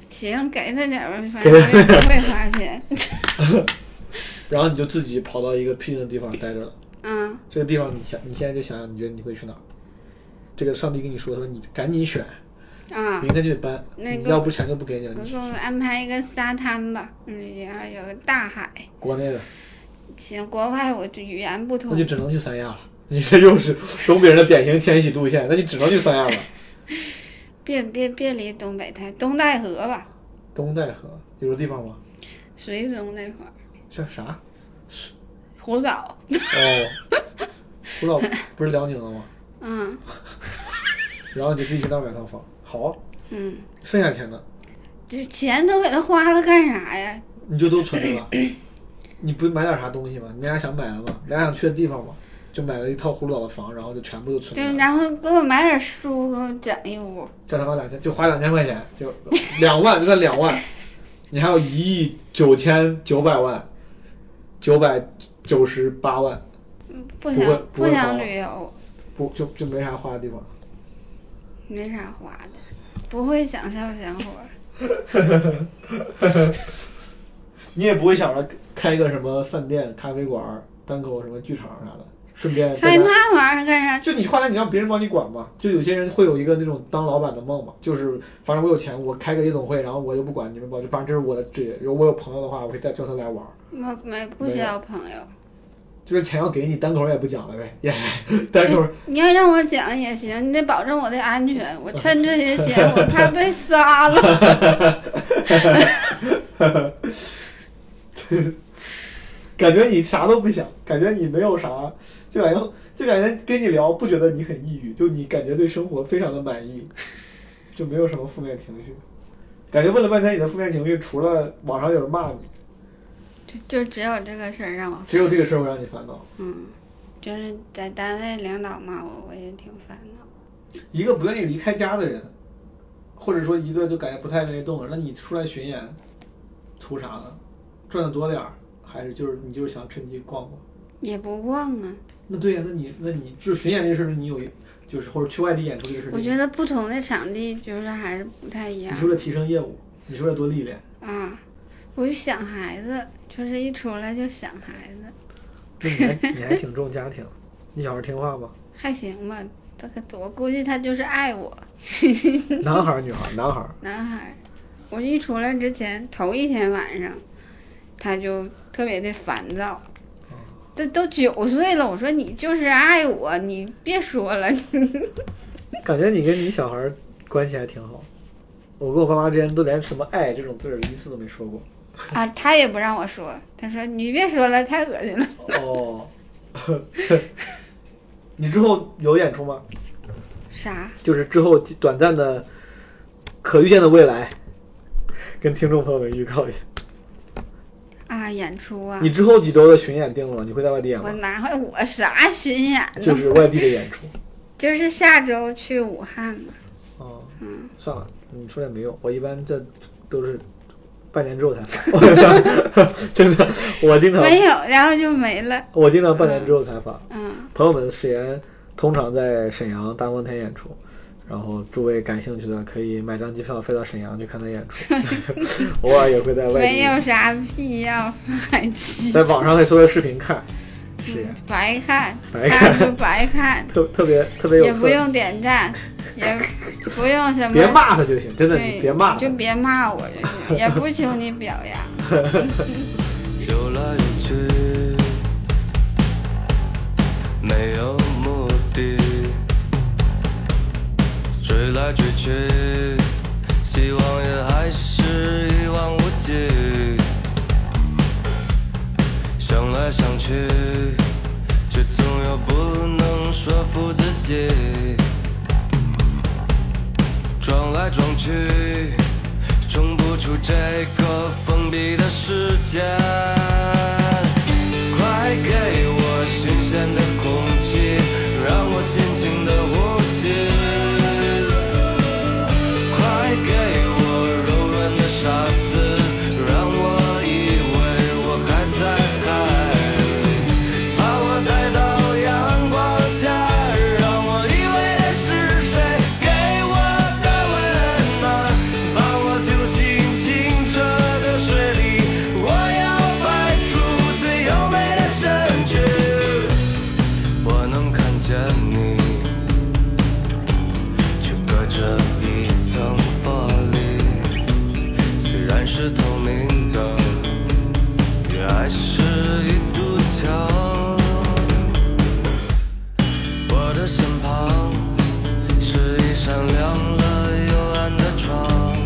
Speaker 1: 行，给他点儿吧，反正我 也不会花钱。
Speaker 2: 然后你就自己跑到一个僻静的地方待着了。
Speaker 1: 嗯，
Speaker 2: 这个地方你想，你现在就想想，你觉得你会去哪儿？这个上帝跟你说，他说你赶紧选，
Speaker 1: 啊
Speaker 2: 明，天就得搬，
Speaker 1: 那
Speaker 2: 你
Speaker 1: 个
Speaker 2: 要不钱就不给你了。
Speaker 1: 我
Speaker 2: 你
Speaker 1: 给
Speaker 2: 去
Speaker 1: 我安排一个沙滩吧，嗯，然后有个大海。
Speaker 2: 国内的，
Speaker 1: 行，国外我就语言不
Speaker 2: 那
Speaker 1: 通
Speaker 2: 就，只能去三亚了。你这又是东北人的典型迁徙路线，那你只能去三亚了。
Speaker 1: 别别别离东北太，东戴河吧，
Speaker 2: 东戴河有这地方吗？
Speaker 1: 绥中那块儿，
Speaker 2: 这啥？
Speaker 1: 湖沼，
Speaker 2: 哦，不知道，不是辽宁的吗？
Speaker 1: 嗯
Speaker 2: 然后你就自己去那儿买套房。好，
Speaker 1: 嗯。
Speaker 2: 剩下钱呢，
Speaker 1: 这钱都给他花了干啥呀？
Speaker 2: 你就都存着了。你不买点啥东西吗？你俩想买的吗？你俩想去的地方吗？就买了一套葫芦岛的房，然后就全部都存
Speaker 1: 对，
Speaker 2: 起来，
Speaker 1: 然后给我买点书，给我整一屋。
Speaker 2: 这他妈两千就花两千块钱，就两万，就算两万，你还有一亿九千九百万，九百九十八万，
Speaker 1: 不
Speaker 2: 不
Speaker 1: 想
Speaker 2: 会不会
Speaker 1: 想
Speaker 2: 花
Speaker 1: 旅游，
Speaker 2: 不就就没啥花的地方。
Speaker 1: 没啥花的，不会享受生活。
Speaker 2: 你也不会想着开个什么饭店、咖啡馆、单口什么剧场啥哎的，顺便在
Speaker 1: 开哎
Speaker 2: 家
Speaker 1: 那玩意儿干啥？
Speaker 2: 就你花钱，你让别人帮你管嘛。就有些人会有一个那种当老板的梦嘛，就是反正我有钱，我开个夜总会，然后我就不管你们吧，就反正这是我的职业。如果我有朋友的话，我可以带叫他来玩。
Speaker 1: 我没不需要朋友。
Speaker 2: 就是钱要给你，单口也不 讲了呗，耶、单口
Speaker 1: 你要让我讲也行，你得保证我的安全。我趁这些钱，我怕被杀 了。
Speaker 2: 感觉你啥都不想，感觉你没有啥，就感觉就感觉跟你聊不觉得你很抑郁，就你感觉对生活非常的满意，就没有什么负面情绪。感觉问了半天你的负面情绪，除了网上有人骂你，
Speaker 1: 就就只有这个事儿让我，
Speaker 2: 只有这个事儿会让你烦恼。
Speaker 1: 嗯，就是在单位领导骂我，我也挺烦恼。
Speaker 2: 一个不愿意离开家的人，或者说一个就感觉不太愿意动了，那你出来巡演，图啥呢？赚的多点儿，还是就是你就是想趁机逛逛？
Speaker 1: 也不逛啊，
Speaker 2: 那对呀、那你那你就是巡演这事儿，你有一就是或者去外地演出这事儿，
Speaker 1: 我觉得不同的场地就是还是不太一
Speaker 2: 你
Speaker 1: 样
Speaker 2: 是为了提升业务，你是为了多历练，
Speaker 1: 啊。我就想孩子，就是一出来就想孩子，
Speaker 2: 那你还你还挺重家庭，你小孩听话吗？
Speaker 1: 还行吧。这个我估计他就是爱我，
Speaker 2: 男孩儿女孩儿？男孩儿
Speaker 1: 男孩儿。我一出来之前头一天晚上，他就特别的烦躁。
Speaker 2: 嗯
Speaker 1: 这都九岁了，我说你就是爱我，你别说了。
Speaker 2: 感觉你跟你小孩儿关系还挺好。我跟我爸妈之间都连什么爱这种字儿一次都没说过。
Speaker 1: 啊，他也不让我说，他说你别说了，太恶心了。
Speaker 2: 哦， 你之后有演出吗？
Speaker 1: 啥？
Speaker 2: 就是之后短暂的、可预见的未来，跟听众朋友们预告一下。
Speaker 1: 啊，演出啊！
Speaker 2: 你之后几周的巡演定了吗？你会在外地演
Speaker 1: 我
Speaker 2: 吗？
Speaker 1: 哪会我啥巡演呢？
Speaker 2: 就是外地的演出。
Speaker 1: 就是下周去武汉嘛。
Speaker 2: 哦，
Speaker 1: 嗯，
Speaker 2: 算了，你说也没用。我一般这都是半年之后才发， 真的，我经常
Speaker 1: 没有，然后就没了。
Speaker 2: 我经常半年之后才发。
Speaker 1: 嗯，
Speaker 2: 朋友们的誓言通常在沈阳大风天演出，然后诸位感兴趣的可以买张机票飞到沈阳去看他演 出，偶尔也会在外
Speaker 1: 没有
Speaker 2: 地，
Speaker 1: 啥必要 放弃，
Speaker 2: 在网上可以搜着视频看
Speaker 1: 嗯
Speaker 2: 誓言，
Speaker 1: 白看，
Speaker 2: 白看哎，
Speaker 1: 就白看
Speaker 2: 特特别特别有
Speaker 1: 也
Speaker 2: 特
Speaker 1: 不用点 赞，也不用什么。
Speaker 2: 别骂他就行，真的
Speaker 1: 对，
Speaker 2: 你别骂
Speaker 1: 就
Speaker 2: 他。
Speaker 1: 别骂我就行，也不求你表扬。
Speaker 7: 游来游去，没有目的，追来追去，希望也还是一望无际。想来想去，却总又不能说服自己。撞来撞去，冲不出这个封闭的世界。快给我新鲜的空气，让我尽情的呼吸。快给我柔软的沙子，让我以为我还在海里。把我带到阳光下，让我以为的是谁给我的温暖？把我丢进清澈的水里，我要摆出最优美的身躯。我能看见你，却隔着一层玻璃，虽然是透明的。也还是一堵墙。我的身旁是一扇亮了又暗的窗，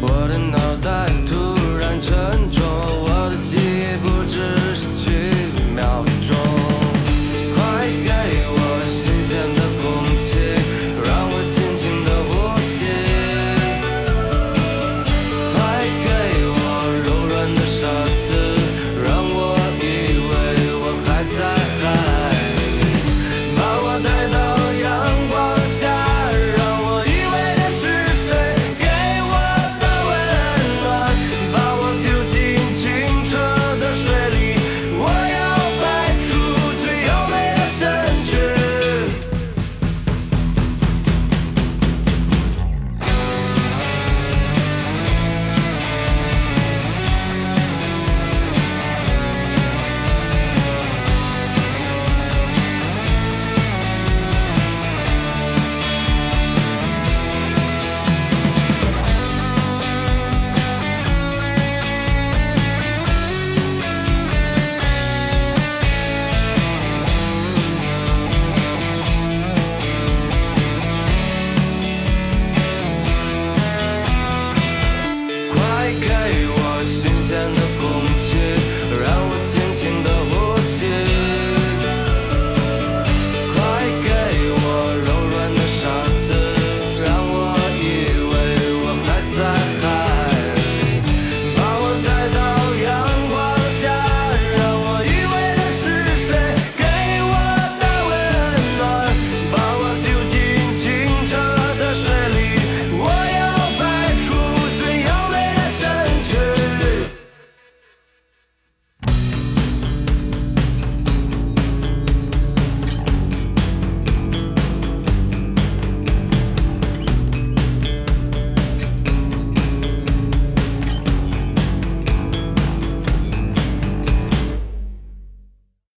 Speaker 7: 我的脑袋突然沉重，我的记忆不知